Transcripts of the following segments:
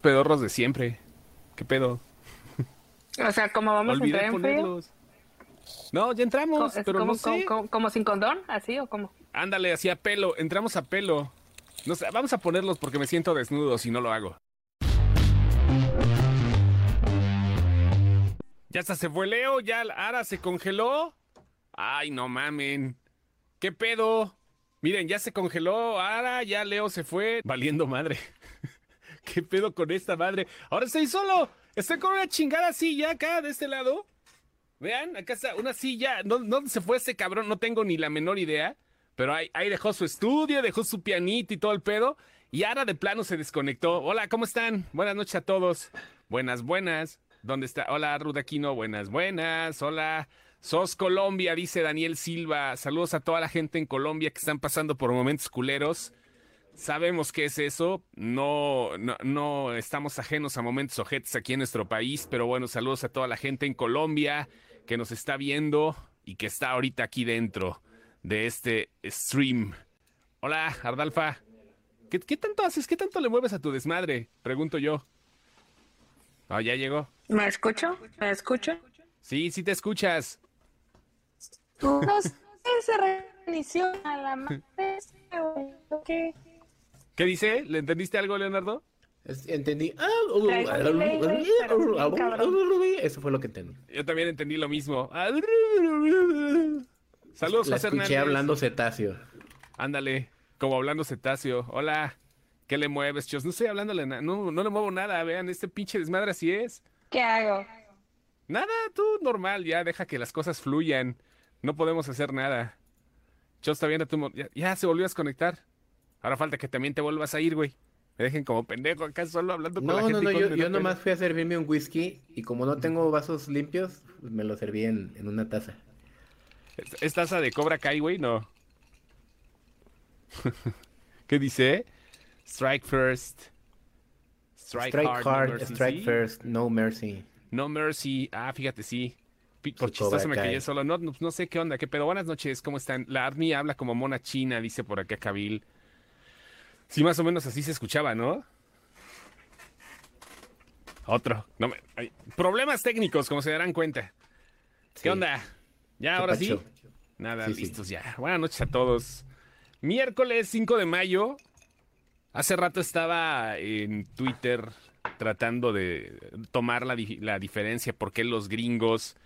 pedorros de siempre. ¿Qué pedo? O sea, como vamos Olvidé a entrar en frío. ponerlos. No, ya entramos, ¿Es pero como, no sé. como- como- como sin condón? ¿Así o cómo? Ándale, así a pelo. Entramos a pelo. No sé, vamos a ponerlos porque me siento desnudo si no lo hago. Ya hasta se fue Leo, ya Ara se congeló. Ay, no mamen. ¿Qué pedo? Miren, ya se congeló Ara, ya Leo se fue. Valiendo madre. ¿Qué pedo con esta madre? Ahora estoy solo. Estoy con una chingada silla acá de este lado. Vean, acá está una silla. No, no se fue ese cabrón, no tengo ni la menor idea. Pero ahí, ahí dejó su estudio, dejó su pianito y todo el pedo. Y ahora de plano se desconectó. Hola, ¿cómo están? Buenas noches a todos. Buenas, buenas. ¿Dónde está? Hola, Rudaquino. Buenas, buenas. Hola. Sos Colombia, dice Daniel Silva. Saludos a toda la gente en Colombia que están pasando por momentos culeros. Sabemos qué es eso. No, no, no estamos ajenos a momentos ojetes aquí en nuestro país, pero bueno, saludos a toda la gente en Colombia que nos está viendo y que está ahorita aquí dentro de este stream. Hola, Ardalfa. ¿Qué, qué tanto haces? ¿Qué tanto le mueves a tu desmadre? Pregunto yo. Ah, ya llegó. ¿Me escucho? ¿Me escucho? Sí, sí te escuchas. No sé, se reinició a la madre. güey, ¿o qué? ¿Qué dice? ¿Le entendiste algo, Leonardo? Es- Entendí. ah, oh, Ay, güey, güey, pero bien cabrón. Eso fue lo que entendí. Yo también entendí lo mismo. Saludos, La José escuché Hernández. hablando cetáceo. Ándale, como hablando cetáceo. Hola, ¿qué le mueves, chos? No estoy hablándole nada, no, no le muevo nada, vean, este pinche desmadre así es. ¿Qué hago? Nada, tú normal, ya deja que las cosas fluyan. No podemos hacer nada. Chos, está viendo tu... mo- Ya, ya se volvió a desconectar. Ahora falta que también te vuelvas a ir, güey. Me dejen como pendejo acá solo hablando con la No, gente. no, y no, con- yo, me yo da pena. nomás fui a servirme un whisky y como no tengo vasos limpios, pues, me lo serví en, en una taza. ¿Es- ¿Es taza de Cobra Kai, güey? No. ¿Qué dice? Strike first. Strike, hard, no mercy, strike sí. first, no mercy. No Mercy. Ah, fíjate, sí. Pi- Por Sí, chistoso Cobra eh. me Kai. callé solo. No, no, no sé qué onda, qué pedo. Buenas noches, ¿cómo están? La Army habla como mona china, dice por acá Kabil. Sí, más o menos así se escuchaba, ¿no? Otro. No me- ay, Problemas técnicos, como se darán cuenta. ¿Qué Sí. onda? ¿Ya ¿Qué ahora pacho? sí? Nada, Sí, sí. listos ya. Buenas noches a todos. Miércoles 5 de mayo. Hace rato estaba en Twitter tratando de tomar la, di- la diferencia por qué los gringos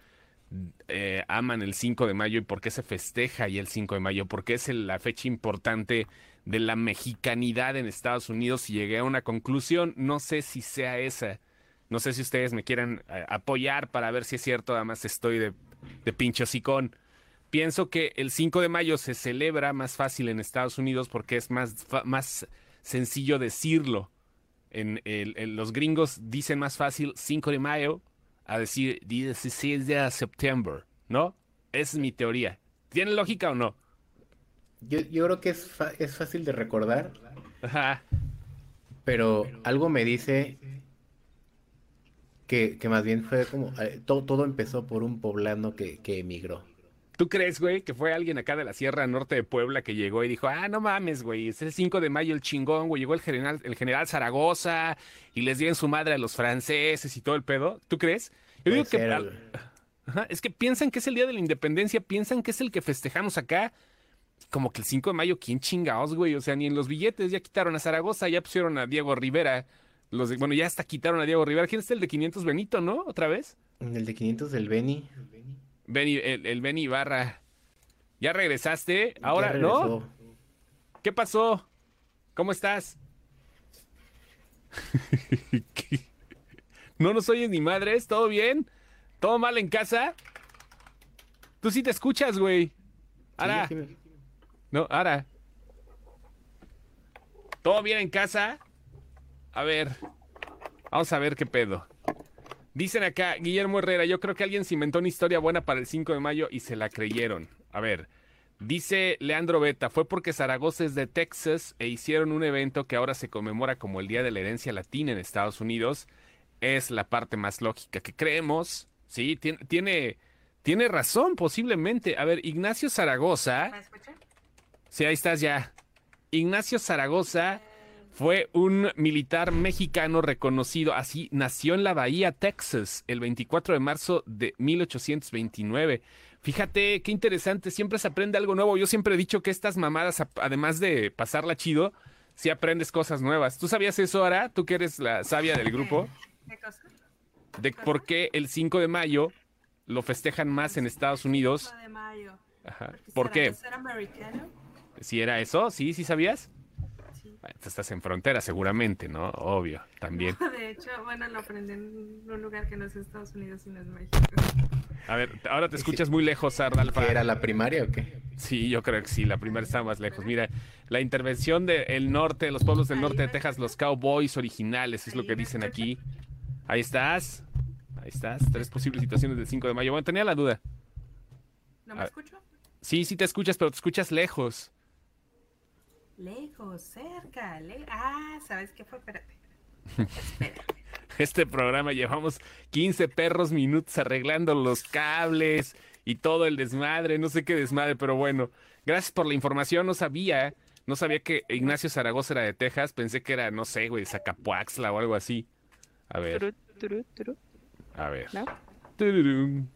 eh, aman el 5 de mayo y por qué se festeja ahí el 5 de mayo, porque es el- la fecha importante de la mexicanidad en Estados Unidos y llegué a una conclusión, no sé si sea esa, no sé si ustedes me quieran eh, apoyar para ver si es cierto, además estoy de, de pincho sicón. Pienso que el 5 de mayo se celebra más fácil en Estados Unidos porque es más, fa- más sencillo decirlo. En el- en los gringos dicen más fácil 5 de mayo a decir 16 de septiembre, ¿no? Esa es mi teoría. ¿Tiene lógica o no? Yo, yo creo que es, fa- es fácil de recordar, Ajá. pero algo me dice que, que más bien fue como... eh, to- todo empezó por un poblano que, que emigró. ¿Tú crees, güey, que fue alguien acá de la Sierra Norte de Puebla que llegó y dijo, ah, no mames, güey, es el 5 de mayo el chingón, güey, llegó el general, el general Zaragoza y les dieron su madre a los franceses y todo el pedo? ¿Tú crees? Yo digo Puede que... ser, al- güey. Ajá, es que piensan que es el día de la independencia, piensan que es el que festejamos acá. Como que el 5 de mayo, ¿quién chingaos, güey? O sea, ni en los billetes, ya quitaron a Zaragoza, ya pusieron a Diego Rivera. Los de- bueno, ya hasta quitaron a Diego Rivera. ¿Quién es el de 500 Benito, no? ¿Otra vez? El de 500 del Beni. Beni- el, el Beni Ibarra. Ya regresaste, ya ahora, ¿no? regresó. ¿Qué pasó? ¿Cómo estás? ¿Qué? No nos oyes ni madres, ¿todo bien? ¿Todo mal en casa? Tú sí te escuchas, güey. Ara, Sí, yo sí me- no, Ara. ¿Todo bien en casa? A ver, vamos a ver qué pedo. Dicen acá, Guillermo Herrera, yo creo que alguien se inventó una historia buena para el 5 de mayo y se la creyeron. A ver, dice Leandro Beta, fue porque Zaragoza es de Texas e hicieron un evento que ahora se conmemora como el Día de la Herencia Latina en Estados Unidos. Es la parte más lógica que creemos. Sí, tiene, tiene, tiene razón posiblemente. A ver, Ignacio Zaragoza... ¿Me escuchan? Sí, ahí estás ya. Ignacio Zaragoza Fue un militar mexicano reconocido, así nació en la Bahía, Texas, el 24 de marzo de 1829. Fíjate, qué interesante, siempre se aprende algo nuevo. Yo siempre he dicho que estas mamadas, a- además de pasarla chido, sí aprendes cosas nuevas. ¿Tú sabías eso, Ara? ¿Tú que eres la sabia del grupo? De por qué el 5 de mayo lo festejan más en Estados Unidos. de mayo. Ajá. ¿Por qué? ¿Ser americano? ¿Si era eso? ¿Sí? ¿Sí sabías? Sí. Ah, tú Estás en frontera, seguramente, ¿no? Obvio, también. De hecho, bueno, lo aprendí en un lugar que no es Estados Unidos, sino es México. A ver, ahora te escuchas muy lejos, Ardalfa. ¿Que era la primaria o qué? Sí, yo creo que sí, la primera está más lejos. Mira, la intervención del norte, los pueblos del norte de Texas, los cowboys originales, es lo que dicen aquí. Ahí estás. Ahí estás. Tres posibles situaciones del 5 de mayo. Bueno, tenía la duda. ¿No A- me escucho? Sí, sí te escuchas, pero te escuchas lejos. Lejos, cerca, le... Ah, ¿sabes qué fue? Espérate. Espera. Este programa llevamos 15 perros minutos arreglando los cables y todo el desmadre. No sé qué desmadre, pero bueno. Gracias por la información. No sabía. ¿eh? No sabía que Ignacio Zaragoza era de Texas. Pensé que era, no sé, güey, Zacapuaxla o algo así. A ver. Turu, turu, turu. A ver. ¿No? Tururum.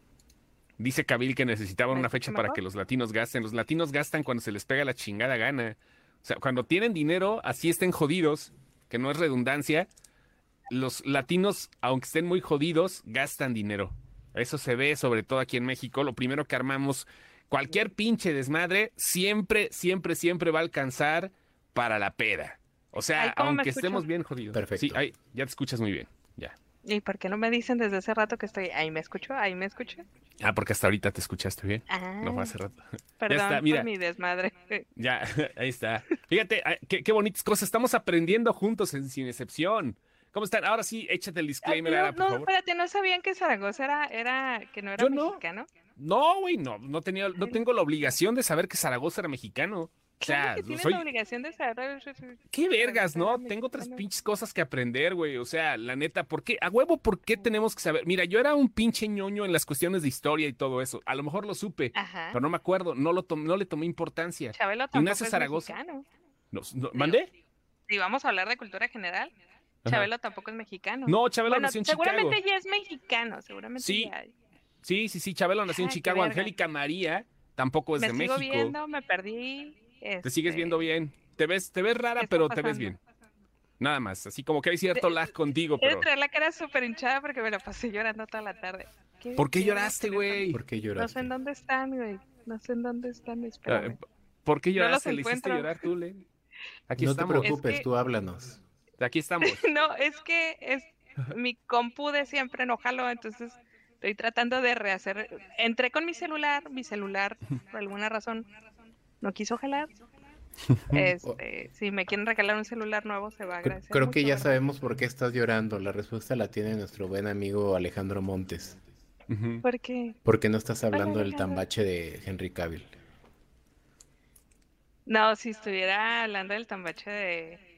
Dice Kabil que necesitaban ¿Me una fecha escucho para mejor? que los latinos gasten. Los latinos gastan cuando se les pega la chingada gana. O sea, cuando tienen dinero, así estén jodidos, que no es redundancia. Los latinos, aunque estén muy jodidos, gastan dinero. Eso se ve sobre todo aquí en México. Lo primero que armamos, cualquier pinche desmadre, siempre, siempre, siempre va a alcanzar para la peda. O sea, Ay, ¿cómo me aunque escucho? estemos bien jodidos. Perfecto. Sí, ay, ya te escuchas muy bien. Ya. ¿Y por qué no me dicen desde hace rato que estoy? Ahí me escucho, ahí me escucho. Ah, porque hasta ahorita te escuchaste bien. Ah, No fue hace rato. perdón está, por mira. mi desmadre. Ya, ahí está. Fíjate, ah, qué, qué bonitas cosas. Estamos aprendiendo juntos en- sin excepción. ¿Cómo están? Ahora sí, échate el Ah, disclaimer, no, Ara, por no, favor. espérate, ¿no sabían que Zaragoza era, era que no era Yo no. mexicano? No, güey, no, no, tenía, no tengo la obligación de saber que Zaragoza era mexicano. O sea, Claro que tienes soy, la obligación de saber. qué vergas, Zaragoza ¿no? era Tengo otras mexicano. pinches cosas que aprender, güey. O sea, la neta, ¿por qué? A huevo, ¿por qué tenemos que saber? Mira, yo era un pinche ñoño en las cuestiones de historia y todo eso. A lo mejor lo supe, Ajá. pero no me acuerdo, no, lo tom- no le tomé importancia. Chabelo tampoco Ignacio es Zaragoza. mexicano. No, no- ¿Mandé? Si vamos a hablar de cultura general, Ajá. Chabelo tampoco es mexicano. No, Chabelo Bueno, nació en Chicago. seguramente ya es mexicano, seguramente Sí, ya. Sí, sí, sí, Chabelo nació en Ay, qué Chicago. verga. Angélica María tampoco es me pues de sigo México. viendo, este me perdí. Te sigues viendo bien. Te ves, te ves rara, pero te ves bien. Nada más. Así como que hay cierto lag contigo, Quiero pero. traer la cara súper hinchada porque me la pasé llorando toda la tarde. ¿Qué- ¿Por qué qué lloraste, verga? güey? ¿Por qué No sé lloraste? en dónde están, güey. No sé en dónde están, espérame. Eh, ¿Por qué No los lloraste? ¿Le hiciste encuentro. llorar tú, Len? Aquí no te estamos. preocupes, Es que- tú háblanos. Aquí estamos. No, es que es mi compu de siempre enojalo, entonces estoy tratando de rehacer. Entré con mi celular, mi celular por alguna razón no quiso jalar. Este, si me quieren regalar un celular nuevo se va a Cre- agradecer. Creo que mucho, ya ¿verdad? sabemos por qué estás llorando. La respuesta la tiene nuestro buen amigo Alejandro Montes. Ujú. Porque Porque no estás hablando del Alejandro. tambache de Henry Cavill. no, si estuviera hablando del tambache de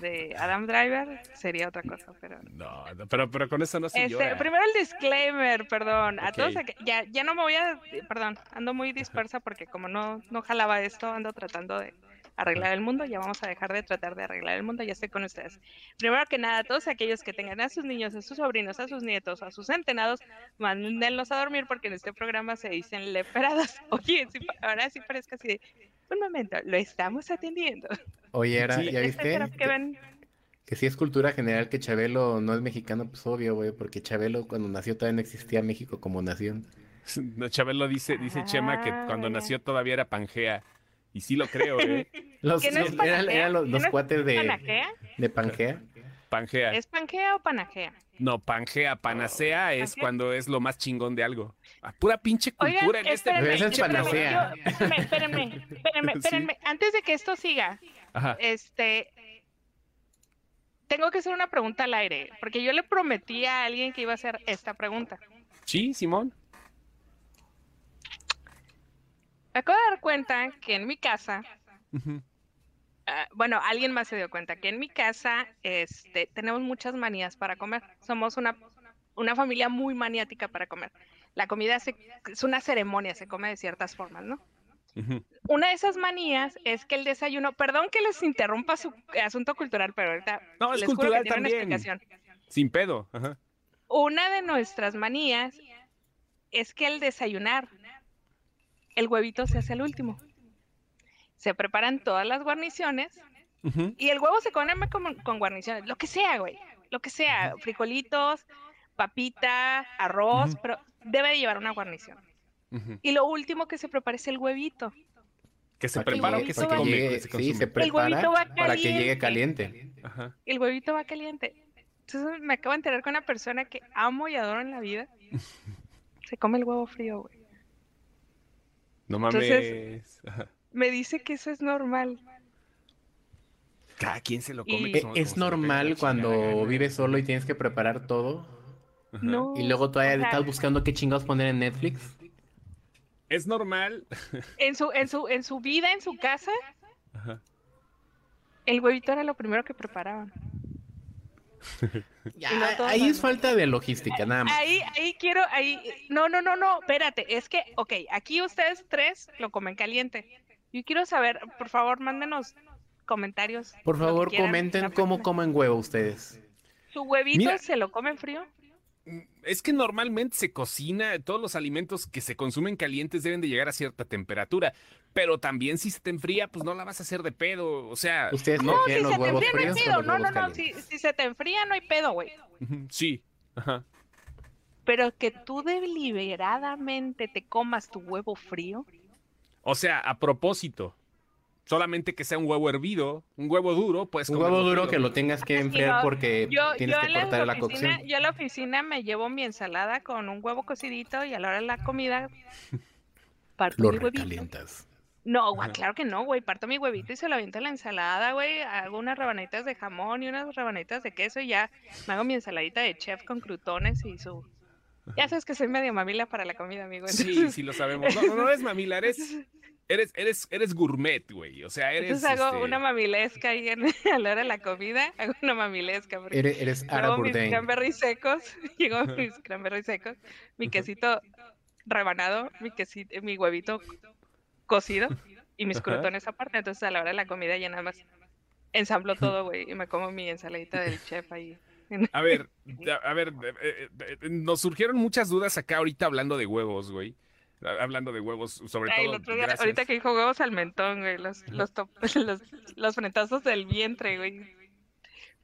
de Adam Driver sería otra cosa, pero No, no, pero, pero con eso no se Este, llora. primero el disclaimer, perdón. A todos Ok. aqu- ya, ya no me voy a, perdón, ando muy dispersa porque como no, no jalaba esto, ando tratando de arreglar el mundo, ya vamos a dejar de tratar de arreglar el mundo, ya estoy con ustedes. Primero que nada, a todos aquellos que tengan a sus niños, a sus sobrinos, a sus nietos, a sus centenados, mándenlos a dormir porque en este programa se dicen leperadas. Oye, sí pa- ahora sí parezca así de, un momento, lo estamos atendiendo. Oye, Ara, Sí. ¿ya Este viste? crap que Que- ven- Que si es cultura general que Chabelo no es mexicano, pues obvio, güey, porque Chabelo cuando nació todavía no existía México como nación. No, Chabelo dice, dice Chema que Ah, cuando ya. nació todavía era Pangea. Y sí lo creo, ¿eh? Los, ¿Que no es los- eran, Panajea? eran los, ¿Que los no es cuates de, ¿Panajea? de Pangea. Pangea. ¿Es panjea o panajea? No, Pangea, panacea es Así es. cuando es lo más chingón de algo. Ah, pura pinche Oigan, cultura en este espérenme, Esa es pinche espérenme, programa. panacea. yo- espérenme, espérenme, espérenme, Sí. espérenme. Antes de que esto siga, Ajá. este, tengo que hacer una pregunta al aire, porque yo le prometí a alguien que iba a hacer esta pregunta. Sí, Simón. Me acabo de dar cuenta que en mi casa, ah, bueno, alguien más se dio cuenta que en mi casa, este, tenemos muchas manías para comer. Somos una una familia muy maniática para comer. La comida se- es una ceremonia, se come de ciertas formas, ¿no? Ujú. Una de esas manías es que el desayuno, perdón que les interrumpa su asunto cultural, pero ahorita No, es les juro cultural que tiene también. una explicación. Sin pedo. Ajá. Una de nuestras manías es que el desayunar, el huevito se hace el último. Se preparan todas las guarniciones Ujú. y el huevo se come con, con guarniciones, lo que sea, güey, lo que sea, frijolitos, papita, arroz, Ujú. pero debe de llevar una guarnición. Ujú. Y lo último que se prepara es el huevito. Que se Para que prepara o llegue- que se para come. llegue- que se sí, consume. se huevito va prepara para que llegue caliente. Ajá. El huevito va caliente. Entonces me acabo de enterar con una persona que amo y adoro en la vida. Se come el huevo frío, güey. No mames. Entonces- Ajá. Me dice que eso es normal. Cada quien se lo come. Y- como- como se le E Es pegue la normal chingada cuando gana. vives solo y tienes que preparar todo Ajá. No. y luego todavía o sea, estás buscando qué chingados poner en Netflix. Es normal. en su, en su, en su vida, en su casa, Ajá. el huevito era lo primero que preparaban. Ya, Y no todos ahí es van. falta de logística, nada más. Ahí, ahí quiero, ahí, no, no, no, no, espérate, es que, ok, aquí ustedes tres lo comen caliente. Yo quiero saber, por favor, mándenos comentarios. Por lo que favor, quieran, comenten una cómo página. comen huevo ustedes. ¿Su huevito Mira. se lo comen frío? Es que normalmente se cocina, todos los alimentos que se consumen calientes deben de llegar a cierta temperatura, pero también si se te enfría, pues no la vas a hacer de pedo, o sea, Ustedes No, si prefieren se los te huevos enfría no hay fríos o pedo. los No, no, huevos no. Si, calientes. si se te enfría no hay pedo, güey. ujú, sí, ajá. Pero que tú deliberadamente te comas tu huevo frío. O sea, a propósito, solamente que sea un huevo hervido, un huevo duro, pues... Un huevo duro que lo tengas que enfriar no, porque Yo, yo, Eh, tienes que en la cortar la oficina, cocción. yo a la oficina me llevo mi ensalada con un huevo cocidito y a la hora de la comida parto Lo mi huevito. recalientas. No, güey, Ajá. claro que no, güey. Parto mi huevito y se lo aviento a la ensalada, güey. Hago unas rebanitas de jamón y unas rebanitas de queso y ya me hago mi ensaladita de chef con crutones y su. Ya sabes que soy medio mamila para la comida, amigo. Sí, entonces- sí lo sabemos. No, no, no eres mamila, eres, Entonces eres, eres, eres gourmet, güey, o sea, eres... entonces hago este, una mamilesca ahí en- a la hora de la comida, hago una mamilesca. Porque Eres, eres Ara llevo mis Bourdain. cranberries secos, llego mis cranberries secos, mi quesito rebanado, mi, quesito, mi huevito cocido y mis Ajá. crutones aparte. Entonces a la hora de la comida ya nada más ensamblo todo, güey, y me como mi ensaladita del chef ahí. A ver, a, a ver, eh, eh, eh, nos surgieron muchas dudas acá ahorita hablando de huevos, güey. Ha- Hablando de huevos, sobre Ay, el todo. otro día, gracias. ahorita que dijo huevos al mentón, güey, los, los, top- los, los frentazos del vientre, güey.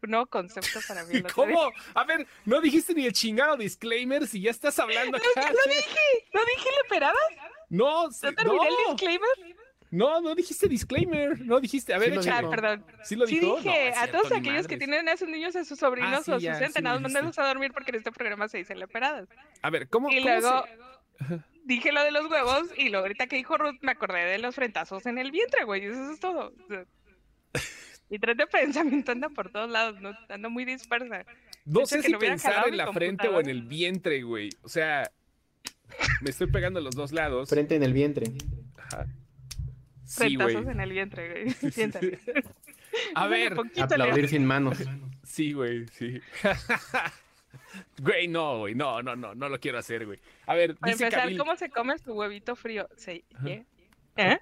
Un nuevo concepto para mí. el otro día. ¿Cómo? A ver, no dijiste ni el chingado disclaimer si ya estás hablando acá. ¿Lo dije? ¿No dije leperada? No, sí, ¿No terminé no, el disclaimer? no, no dijiste disclaimer. No dijiste. A ver, lo échale. Ah, dijo. perdón. ¿Sí lo Sí dijo? No, dije, es a cierto, todos ni aquellos que madres. Ah, tienen a sus niños, a sus sobrinos sí, o a sus ya, sí lo entrenados, dijiste. mándalos a dormir porque en este programa se dice leperadas. A ver, ¿cómo? Y cómo se- luego dije lo de los huevos y lo ahorita que dijo Ruth me acordé de los frentazos en el vientre, güey. Eso es todo. O sea, Mi tren de pensamiento anda por todos lados, ¿no? ando muy dispersa. No de sé hecho, que si lo hubiera pensar jalado en mi la frente o en computadora. el vientre, güey. O sea, me estoy pegando a los dos lados. Frente en el vientre. Ajá. Sí, güey. Frentazos en pues el vientre, güey. Piénsalo. A ver, Poquito le- Aplaudir sin manos. Sí, güey, sí. güey, no, güey, no, no, no, no lo quiero hacer, güey. A ver, Para dice empezar, Camil, ¿cómo se come tu huevito frío? Se- Ajá. ¿eh? ¿Eh?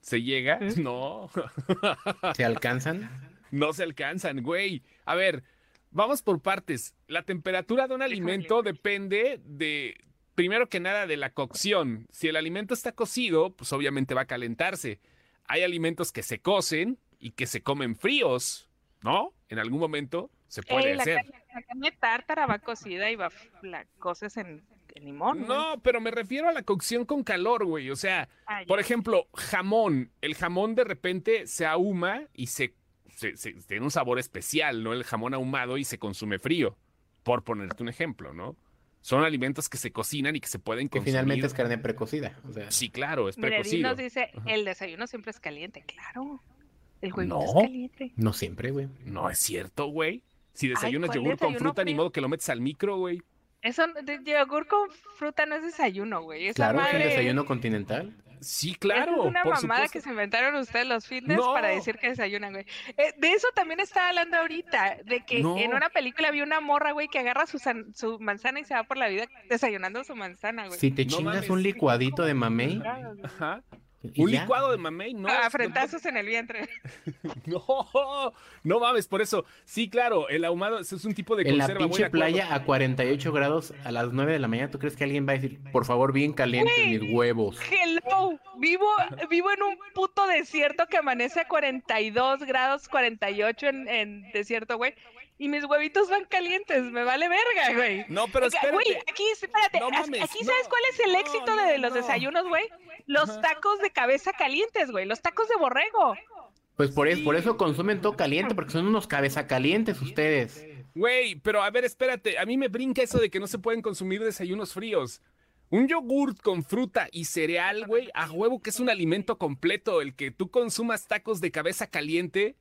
¿se llega? ¿Eh? No, ¿Se alcanzan? no se alcanzan, güey. A ver, vamos por partes. La temperatura de un alimento depende de, primero que nada, de la cocción. Si el alimento está cocido, pues obviamente va a calentarse. Hay alimentos que se cocen y que se comen fríos, ¿no? En algún momento se puede Ey, la, hacer. carne, la carne tártara va cocida y va f- la coces en, en limón. güey. No, pero me refiero a la cocción con calor, güey. O sea, Ah, ya. Por ejemplo, jamón. El jamón de repente se ahuma y se, se- se- tiene un sabor especial, ¿no? El jamón ahumado y se consume frío, por ponerte un ejemplo, ¿no? Son alimentos que se cocinan y que se pueden Que consumir. finalmente es carne precocida. O sea, Sí, claro, es Mira, Edith precocido. nos dice, el desayuno siempre es caliente, claro. El huevito es No. caliente. no siempre, güey. No es cierto, güey. Si desayunas ¿cuál yogur con desayuno fruta, ni frío? modo que lo metes al micro, güey. Eso, de yogur con fruta no es desayuno, güey. Esa Claro, es madre, Ah, un desayuno continental. Sí, esa claro. es una por mamada supuesto. que se inventaron ustedes los fitness No. para decir que desayunan, güey. Eh, de eso también estaba hablando ahorita, de que No. en una película vi una morra, güey, que agarra su, san- su manzana y se va por la vida desayunando su manzana, güey. Si te No chingas mames. un licuadito de mamey, Claro, güey. Ajá. Un ya. licuado de mamey, no. a fretazos en el vientre. No, no mames, por eso. Sí, claro, el ahumado es es un tipo de En la conserva. voy de pinche acuerdo. playa a 48 grados a las 9 de la mañana, ¿tú crees que alguien va a decir, por favor, bien caliente Güey. mis huevos? Hello, vivo, vivo en un puto desierto que amanece a 42 grados, 48 en, en desierto, güey. Y mis huevitos van calientes, me vale verga, güey. No, pero Oiga, espérate. Güey, aquí, espérate, No as- mames, aquí no, sabes cuál es el no, éxito no, de los no. desayunos, güey. Los Ajá. tacos de cabeza calientes, güey. Los tacos de borrego. Pues por, es- Sí. por eso consumen todo caliente, porque son unos cabeza calientes ustedes. Güey, pero a ver, espérate, a mí me brinca eso de que no se pueden consumir desayunos fríos. Un yogurt con fruta y cereal, güey, a huevo que es un alimento completo. El que tú consumas tacos de cabeza caliente,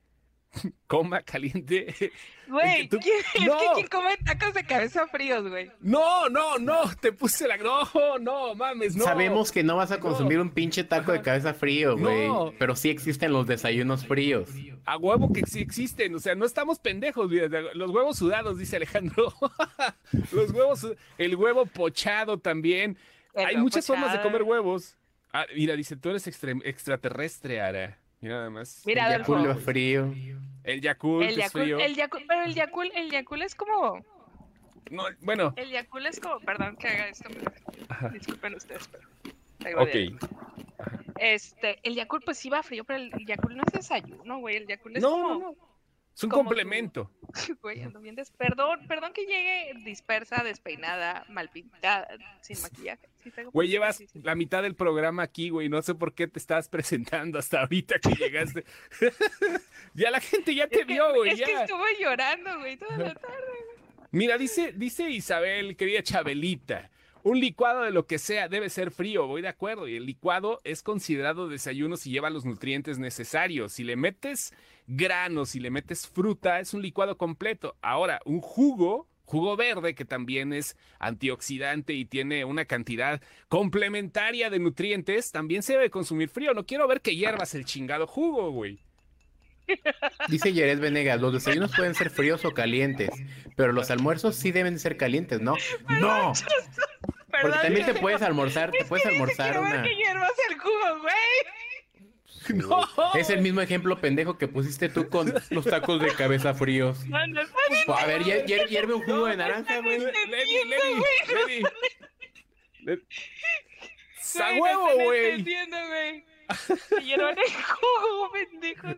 coma caliente. Güey, tú- ¿quién- es que No. quien come tacos de cabeza fríos, güey. No, no, no, te puse la. No, no, mames, no. Sabemos que no vas a No. consumir un pinche taco de cabeza frío, güey, No. pero sí existen los desayunos fríos. A huevo que sí existen, o sea, no estamos pendejos, mira, de- los huevos sudados, dice Alejandro. los huevos, su- el huevo pochado también. El Hay huevo muchas formas de pochado. comer huevos. Ah, mira, dice, tú eres extre- extraterrestre, Ara. Mira nada más. Mira, El Adolfo. Yakul va frío. El Yakult El es Yakul, frío. el Yakul, pero el Yakul, el Yakul es como, No, bueno, el Yakul es como, perdón que haga esto, disculpen ustedes, pero traigo ok. diarrea. Este, el Yakul pues sí va frío, pero el Yakul no es desayuno, güey, el Yakul es No, como, no, no. Es un como complemento. güey, ando bien des- Perdón, perdón que llegue dispersa, despeinada, mal pintada, sin maquillaje. Sí, tengo Güey, poquito, llevas sí, sí. la mitad del programa aquí, güey. No sé por qué te estabas presentando hasta ahorita que llegaste. ya la gente ya te Es que- vio, güey. Es que ya. estuve llorando, güey, toda la tarde. Mira, dice, dice Isabel, querida Chabelita, un licuado de lo que sea debe ser frío, voy de acuerdo. Y el licuado es considerado desayuno si lleva los nutrientes necesarios. Si le metes granos, si le metes fruta, es un licuado completo. Ahora, un jugo, jugo verde, que también es antioxidante y tiene una cantidad complementaria de nutrientes, también se debe consumir frío. No quiero ver que hierbas el chingado jugo, güey. Dice Jerez Venegas, los desayunos pueden ser fríos o calientes, pero los almuerzos sí deben ser calientes, ¿no? ¡No! Porque Perdón, también yo te puedes almorzar, te puedes almorzar quiero ver una... que hiervas el jugo, güey. No. Es el mismo ejemplo pendejo que pusiste tú con los tacos de cabeza fríos. No, no, no, Pues, A ver, hier- hier- hierve un jugo de naranja, güey. Le- Te Lenny, entiendo, Lenny, güey, Lenny. Le- ¡Sa Güey, no huevo, están güey! entendiendo, güey. Se hiervan el jugo, pendejos.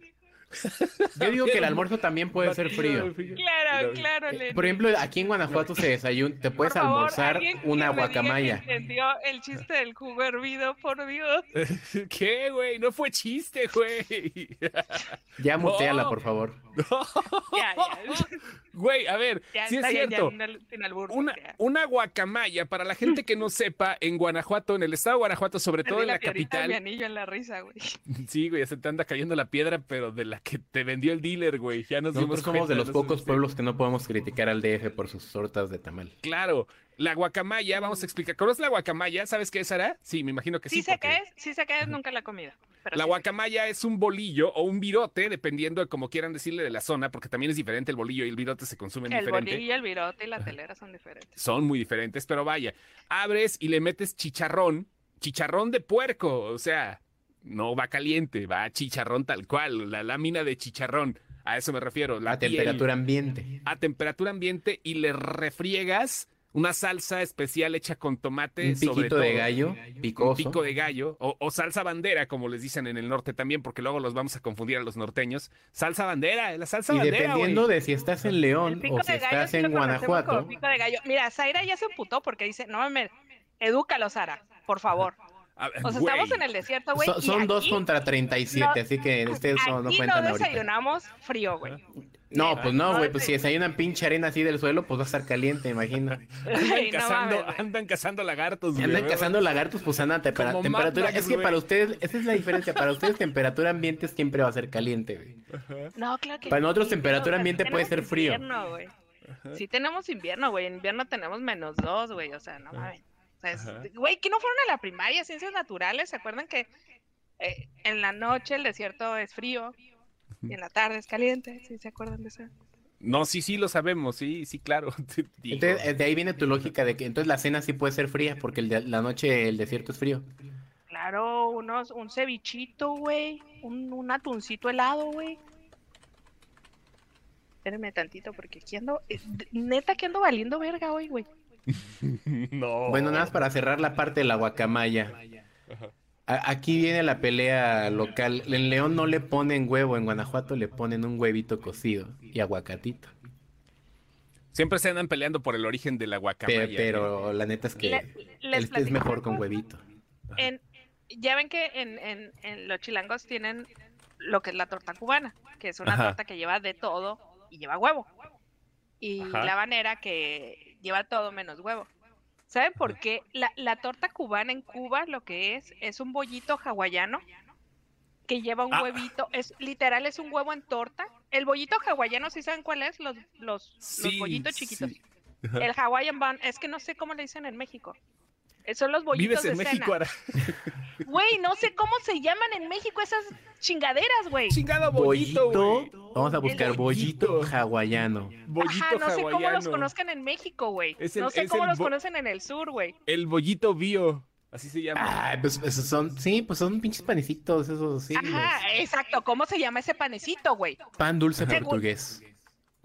Yo digo que el almuerzo también puede ser frío. Claro, claro, Eh, Lenny. Por ejemplo, aquí en Guanajuato se desayuna, te Por puedes favor, almorzar alguien que una me diga que guacamaya. entendió el chiste del jugo hervido, por Dios. ¿Qué, güey? No fue chiste, güey. Ya muteala, No. por favor. Ya, ya. Güey, a ver, Ya, sí es está bien, ya, cierto. sin al- sin albur, Una, ya. una guacamaya, para la gente que no sepa, en Guanajuato, en el estado de Guanajuato, sobre todo Perdí en la piedrita de Mi capital. anillo en la risa, güey. Sí, güey, se te anda cayendo la piedra, pero de la que te vendió el dealer, güey. Ya nos dimos Nosotros somos cuenta, de los no pocos sé, sí. pueblos que no podemos criticar al DF por sus tortas de tamal. Claro, la guacamaya, vamos a explicar. ¿Conoces la guacamaya? ¿Sabes qué es, Sara? Sí, me imagino que sí. Sí sé porque- que es, sí sé que es, nunca la he comido. La pero sí sé que guacamaya es un bolillo o un virote, dependiendo de cómo quieran decirle de la zona, porque también es diferente el bolillo y el virote se consumen El diferente. bolillo, el virote y la telera son diferentes. Son muy diferentes, pero vaya, abres y le metes chicharrón, chicharrón de puerco, o sea, no va caliente, va chicharrón tal cual, la lámina de chicharrón, a eso me refiero, la La piel temperatura ambiente. a temperatura ambiente y le refriegas una salsa especial hecha con tomate, Un sobre piquito de todo. gallo, Un picoso. pico de gallo o, o salsa bandera, como les dicen en el norte también, porque luego los vamos a confundir a los norteños. Salsa bandera, eh, la salsa Y bandera. güey. dependiendo de si estás en El León pico o si de gallo estás sí lo en conocemos Guanajuato, como pico de gallo. Mira, Zaira ya se emputó porque dice, no mames, edúcalo, Sara, por favor. A ver, O sea, güey, estamos en el desierto, güey. son, y son dos aquí- contra 37, no- así que ustedes no, no aquí cuentan no ahorita. desayunamos frío, güey. No, pues no, No güey, pues si desayuno. desayunan pinche arena así del suelo, pues va a estar caliente, imagino. Andan Ay, no cazando, mames, güey. andan cazando lagartos. Y güey, andan ¿verdad? cazando lagartos, pues andan a tempera- Como Mad temperatura. Max, Es que güey. para ustedes, esa es la diferencia. Para ustedes, temperatura ambiente siempre va a ser caliente, güey. No, claro que Para nosotros, sí, temperatura sí ambiente puede tenemos ser frío. Invierno, güey. Sí tenemos invierno, güey. En invierno tenemos menos dos, güey. O sea, no mames. O sea, es- Ajá. Güey, que no fueron a la primaria, ciencias naturales. ¿Se acuerdan que eh, en la noche el desierto es frío y en la tarde es caliente? ¿Sí se acuerdan de eso? No, sí, sí, lo sabemos, sí, sí, claro. te digo. Entonces, eh, de ahí viene tu lógica de que entonces la cena sí puede ser fría, porque el de- la noche el desierto es frío. Claro, unos, un cevichito, güey. Un, un atuncito helado, güey. Espérenme tantito, porque aquí ando. eh, d- Neta que ando valiendo verga hoy, güey. No. eh, Bueno, nada más para cerrar la parte de la guacamaya. Ajá. A- Aquí viene la pelea local. En León no le ponen huevo, en Guanajuato le ponen un huevito cocido y aguacatito. Siempre se andan peleando por el origen del Pe- aguacamaya. pero la neta es que Le- el- les es platico mejor una con cosa. huevito. En- ya ven que en, en- en los chilangos tienen lo que es la torta cubana, que es una Ajá. torta que lleva de todo y lleva huevo. Y Ajá. la habanera que lleva todo menos huevo. ¿Saben por qué? La, la torta cubana en Cuba lo que es es un bollito hawaiano que lleva un Ah. huevito, es literal es un huevo en torta. El bollito hawaiano, ¿sí saben cuál es? Los, los, los Sí, bollitos sí. chiquitos. Ajá. El Hawaiian bun, es que no sé cómo le dicen en México. Eh, Son los bollitos Vives en de México, cena. Ara. Güey, no sé cómo se llaman en México esas chingaderas, güey. Chingado bollito, Bollito, güey. vamos a buscar El bollito, bollito. hawaiano. Bollito Ajá, no sé cómo los hawaiano. conozcan en México, güey. Es el- No sé es cómo el los bo- conocen en el sur, güey. El bollito bio. Así se llama. Ah, pues esos son, sí, pues son pinches panecitos, esos sí. Ajá, los- exacto. ¿Cómo se llama ese panecito, güey? Pan dulce Según- portugués.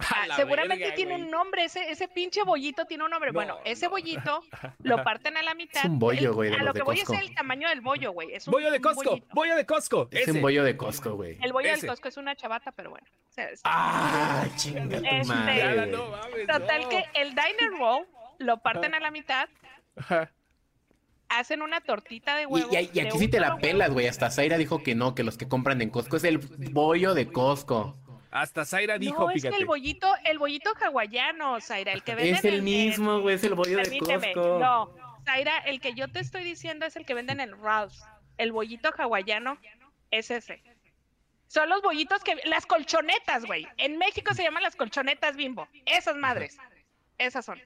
A Ah, la Seguramente verga, tiene güey. un nombre, ese, ese pinche bollito tiene un nombre. No, bueno, ese no. bollito lo parten a la mitad. un bollo, El- güey, de A los lo de que voy Costco. es el tamaño del bollo, güey. Es un, Bollo de un Costco. bollito. Bollo de Costco. Es ese. un bollo de Costco, güey. El bollo Ese. del Costco es una chavata, pero bueno. o sea, es- Ah, chinga Este- tu madre. Ara, no mames, Total no. que el diner roll lo parten a la mitad, Ajá. hacen una tortita de Y, este huevo. y ahí- y de aquí un sí te solo la huevo. pelas, güey. Hasta Zaira dijo que no, que los que compran en Costco es el bollo de Costco. Hasta Zaira dijo, no, es fíjate. que el bollito, el bollito hawaiano, Zaira, el que venden Es el en- mismo, güey, es el bollo de Permíteme, Costco. no, Zaira, el que yo te estoy diciendo es el que venden en Ralph's. El bollito hawaiano es ese. Son los bollitos que... Las colchonetas, güey. En México se llaman las colchonetas bimbo. Esas madres. Esas son.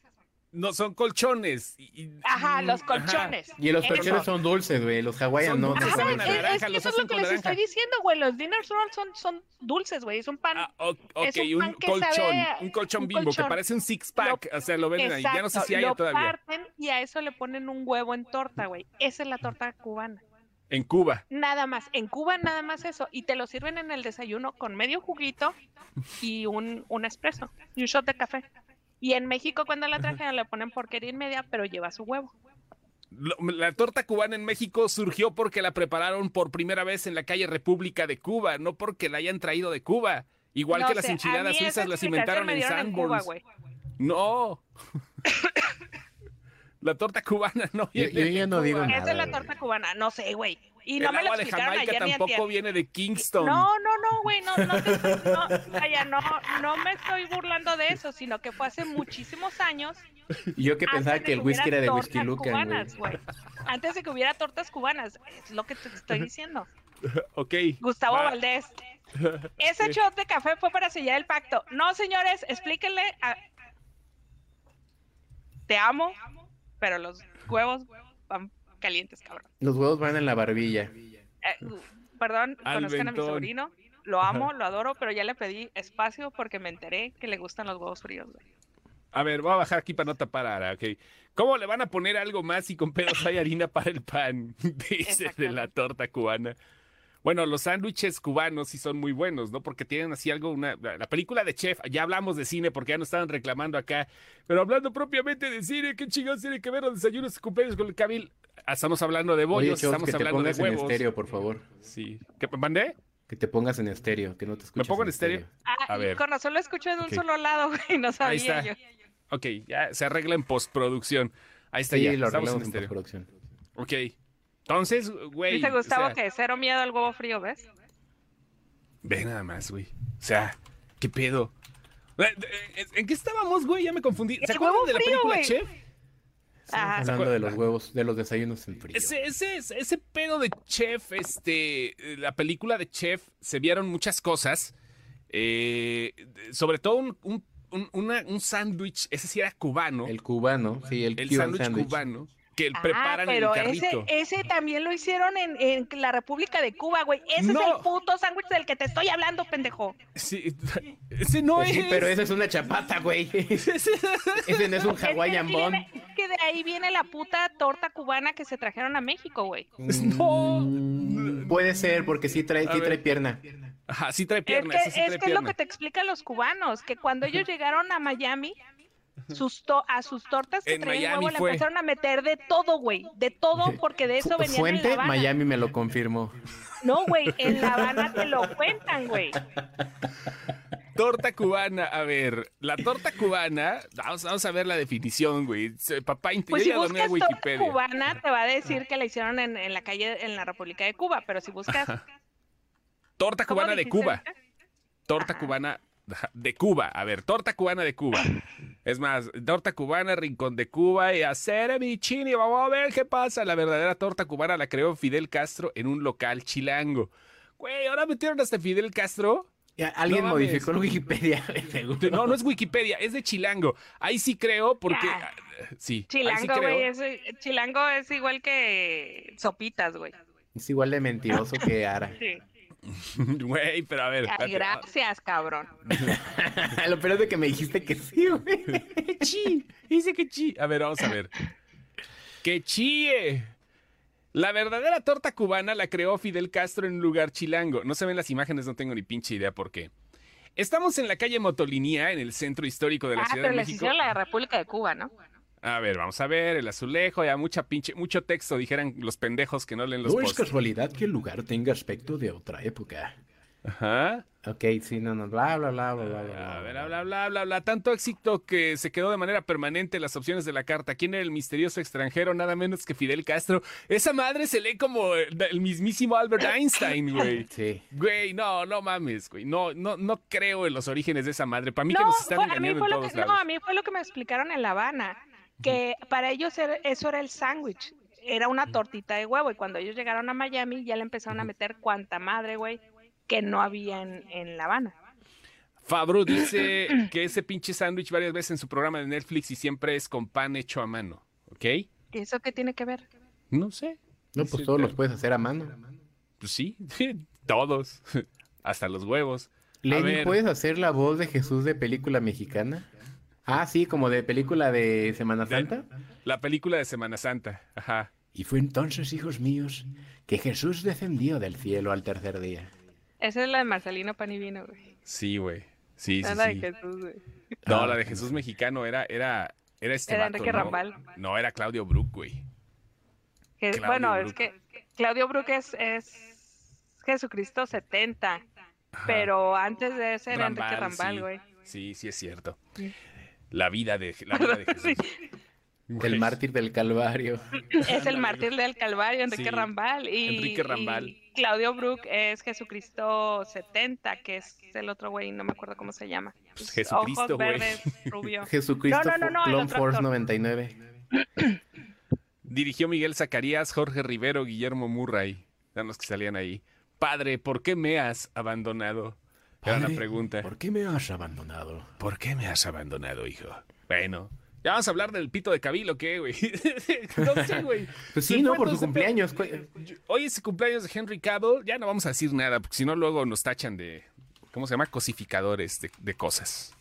No, son colchones. y- y- Ajá, los ajá. colchones. Y los Eso. colchones son dulces, güey. Los hawaianos Son no. dulces, no Ajá, son saben es, a dulces. naranja, es que los eso es hacen lo que con les naranja. estoy diciendo, güey. Los diners roll son, son dulces, güey. Es un pan. Ah, o- ok, Es un un, pan que colchón, sabe a- un colchón un bimbo que colchón. parece un six pack, o sea, lo venden ahí. Ya no sé si haya lo todavía. parten y a eso le ponen un huevo en torta, güey. Esa es la torta cubana. En Cuba. Nada más. En Cuba nada más eso. Y te lo sirven en el desayuno con medio juguito y un, un espresso y un shot de café. Y en México cuando la trajeron le ponen porquería y media, pero lleva su huevo. Lo- La torta cubana en México surgió porque la prepararon por primera vez en la calle República de Cuba, no porque la hayan traído de Cuba. Igual No que las sé, a mí enchiladas esa suizas las explicación inventaron me en dieron Cuba, Sanborns. güey. no. la torta cubana no Yo- viene yo ya de no Cuba. digo nada. Esa es la güey. torta cubana, no sé, güey. Y El no me lo agua de explicaron Jamaica ayer ni tampoco antier. viene de Kingston. No, no, no, güey, no, no, te estoy- no, vaya, no, no me estoy burlando de eso, sino que fue hace muchísimos años. Y Yo que pensaba antes que el hubiera whisky era de tortas whisky Lucan, güey. cubanas, güey. Antes de que hubiera tortas cubanas, es lo que te estoy diciendo. Ok. Gustavo Va. Valdés. Ese shot de café fue para sellar el pacto. No, señores, explíquenle a- Te amo, pero los huevos van calientes, cabrón. Los huevos van en la barbilla. Eh, perdón, Al conozcan a mi ventón. sobrino. Lo amo, lo adoro, pero ya le pedí espacio porque me enteré que le gustan los huevos fríos. güey. A ver, voy a bajar aquí para no tapar a Ara, ok. ¿Cómo le van a poner algo más si con pedos hay harina para el pan? Dice de la Exactamente. torta cubana. Bueno, los sándwiches cubanos sí son muy buenos, ¿no? Porque tienen así algo, una, la la película de Chef, ya hablamos de cine porque ya nos estaban reclamando acá, pero hablando propiamente de cine, ¿qué chingados tiene que ver los desayunos y cumpleaños con el cabil? Ah, Estamos hablando de Oye, bollos, Chops, estamos que te hablando de pongas en huevos. estéreo, por favor. Sí. ¿Qué mandé? Que te pongas en estéreo, que no te escuches. pongo en estéreo? Ah, A y ver. con razón lo escucho de un Ok. solo lado, güey, no sabía está. yo. Ok, ya se arregla en postproducción. Ahí está Sí, ya, lo estamos arreglamos en en estéreo. postproducción. Ok. Entonces, güey. Dice o Gustavo sea, que cero miedo al huevo frío, ¿ves? Ve nada más, güey. O sea, ¿qué pedo? Eh, eh, ¿En qué estábamos, güey? Ya me confundí. ¿Se El acuerdan huevo de la frío, película güey. Chef? Ajá. Hablando de los huevos, de los desayunos en frío. Ese, ese, ese pedo de Chef, este, eh, la película de Chef, se vieron muchas cosas. eh, de- sobre todo un, un, un- una- un sándwich, ese sí era cubano. El, El cubano, sí, el, Cuban sándwich sandwich. cubano que Ah, preparan en el pero ese, carrito. ese también lo hicieron en, en la República de Cuba, güey. Ese es No. el puto sándwich del que te estoy hablando, pendejo. Sí, ese no Pues sí, es. pero esa es una chapata, güey. Ese- Ese no es un Es que Hawaiian no bun. tiene- que de ahí viene la puta torta cubana que se trajeron a México, güey. Mm. No. Puede ser, porque sí trae, A sí ver. trae pierna. Ajá, sí trae Es pierna. que, esa sí es, trae que es lo pierna. que te explican los cubanos, que cuando ellos llegaron a Miami, sus to- a sus tortas que En traían Miami huevo le fue. empezaron a meter de todo, güey, de todo, porque de eso Fu- venían en La Fuente, Habana. Miami me lo confirmó. No, güey, en La Habana te lo cuentan, güey. Torta cubana, a ver, la torta cubana, vamos, vamos a ver la definición, güey. Se- Papá, Pues interior si ya doné a buscas torta Wikipedia. cubana, te va a decir que la hicieron en, en la calle, en la República de Cuba, pero si buscas... Torta ¿cómo cubana de dijiste Cuba. ahorita? Torta Ajá. cubana de Cuba. A ver, torta cubana de Cuba. Es más, torta cubana, rincón de Cuba y hacer mi chini. Vamos a ver qué pasa. La verdadera torta cubana la creó Fidel Castro en un local chilango. Güey, ahora metieron hasta Fidel Castro. Ya, Alguien No mames. modificó la Wikipedia, seguro. No, no es Wikipedia, es de chilango. Ahí sí creo porque... Ah. Sí. ahí sí Chilango, creo. güey, es- chilango es igual que sopitas, güey. Es igual de mentiroso que Ara. Sí. Güey, pero a ver. Ah, Ay, gracias, cabrón. lo peor es de que me dijiste que sí, güey. chi, dice que chi. A ver, vamos a ver. Que chíe. La verdadera torta cubana la creó Fidel Castro en un lugar chilango. No se ven las imágenes, no tengo ni pinche idea por qué. Estamos en la calle Motolinía, en el centro histórico de la Ah, Ciudad pero de les México. hicieron la de República de Cuba, ¿no? A ver, vamos a ver, el azulejo, ya mucha pinche, mucho texto, dijeran los pendejos que no leen los posts. casualidad que el lugar tenga aspecto de otra época. Ajá. Ok, sí, no, no, bla, bla, bla, bla, bla, bla. A ver, bla, bla, bla, bla, bla. Tanto éxito que se quedó de manera permanente en las opciones de la carta. ¿Quién era el misterioso extranjero? Nada menos que Fidel Castro. Esa madre se lee como el el mismísimo Albert Einstein, güey. Sí. Güey, no, no mames, güey. No, no, no creo en los orígenes de esa madre. Para mí que No, nos están fue- a mí engañando fue en lo que, todos no, lados. a mí fue lo que me explicaron en La Habana, que para ellos era- eso era el sándwich, era una tortita de huevo y cuando ellos llegaron a Miami ya le empezaron a meter cuanta madre, güey, que no había en, en La Habana. Fabru dice que ese pinche sándwich varias veces en su programa de Netflix y siempre es con pan hecho a mano, ¿ok? ¿Y eso qué tiene que ver? No sé, No, pues todos los puedes hacer a mano. pues sí, todos, hasta los huevos. A Lenny, ver. ¿puedes hacer la voz de Jesús de película mexicana? Ah, sí, como de película de Semana Santa. La película de Semana Santa, ajá. Y fue entonces, hijos míos, que Jesús descendió del cielo al tercer día. Esa es la de Marcelino Panivino, güey. Sí, güey. Sí, No sí, es Ah, la de sí. Jesús, güey. No, la de Jesús Mexicano era, era, era este Era vato, Enrique ¿no? Rambal. No, era Claudio Brook, güey. Que- Claudio bueno, es Brook. que Claudio Brook es, es Jesucristo 70, Ajá. pero antes de ese era Enrique Rambal, sí. güey. Sí, sí es cierto. Sí. La vida de, la vida de Jesús. El Güey. mártir del Calvario. Es el mártir del Calvario, Enrique Sí, Rambal. Y, Enrique Rambal. y Claudio Brook es Jesucristo 70, que es el otro güey, no me acuerdo cómo se llama. Pues, Jesucristo, Ojos güey. verdes, rubio. Jesucristo No, no, no, no, el Clone otro Force actor. 99. Dirigió Miguel Zacarías, Jorge Rivero, Guillermo Murray. Eran los que salían ahí. Padre, ¿por qué me has abandonado? Era la Padre, pregunta. qué me has abandonado? ¿Por qué me has abandonado, hijo? Bueno, ya vamos a hablar del pito de Cabil, qué, güey? no sé, güey. Pues Se sí, no, fue por todo su ese cumpleaños. cu- pedo. Hoy es el cumpleaños de Henry Cavill, ya no vamos a decir nada, porque si no luego nos tachan de, ¿cómo se llama? Cosificadores de, de cosas.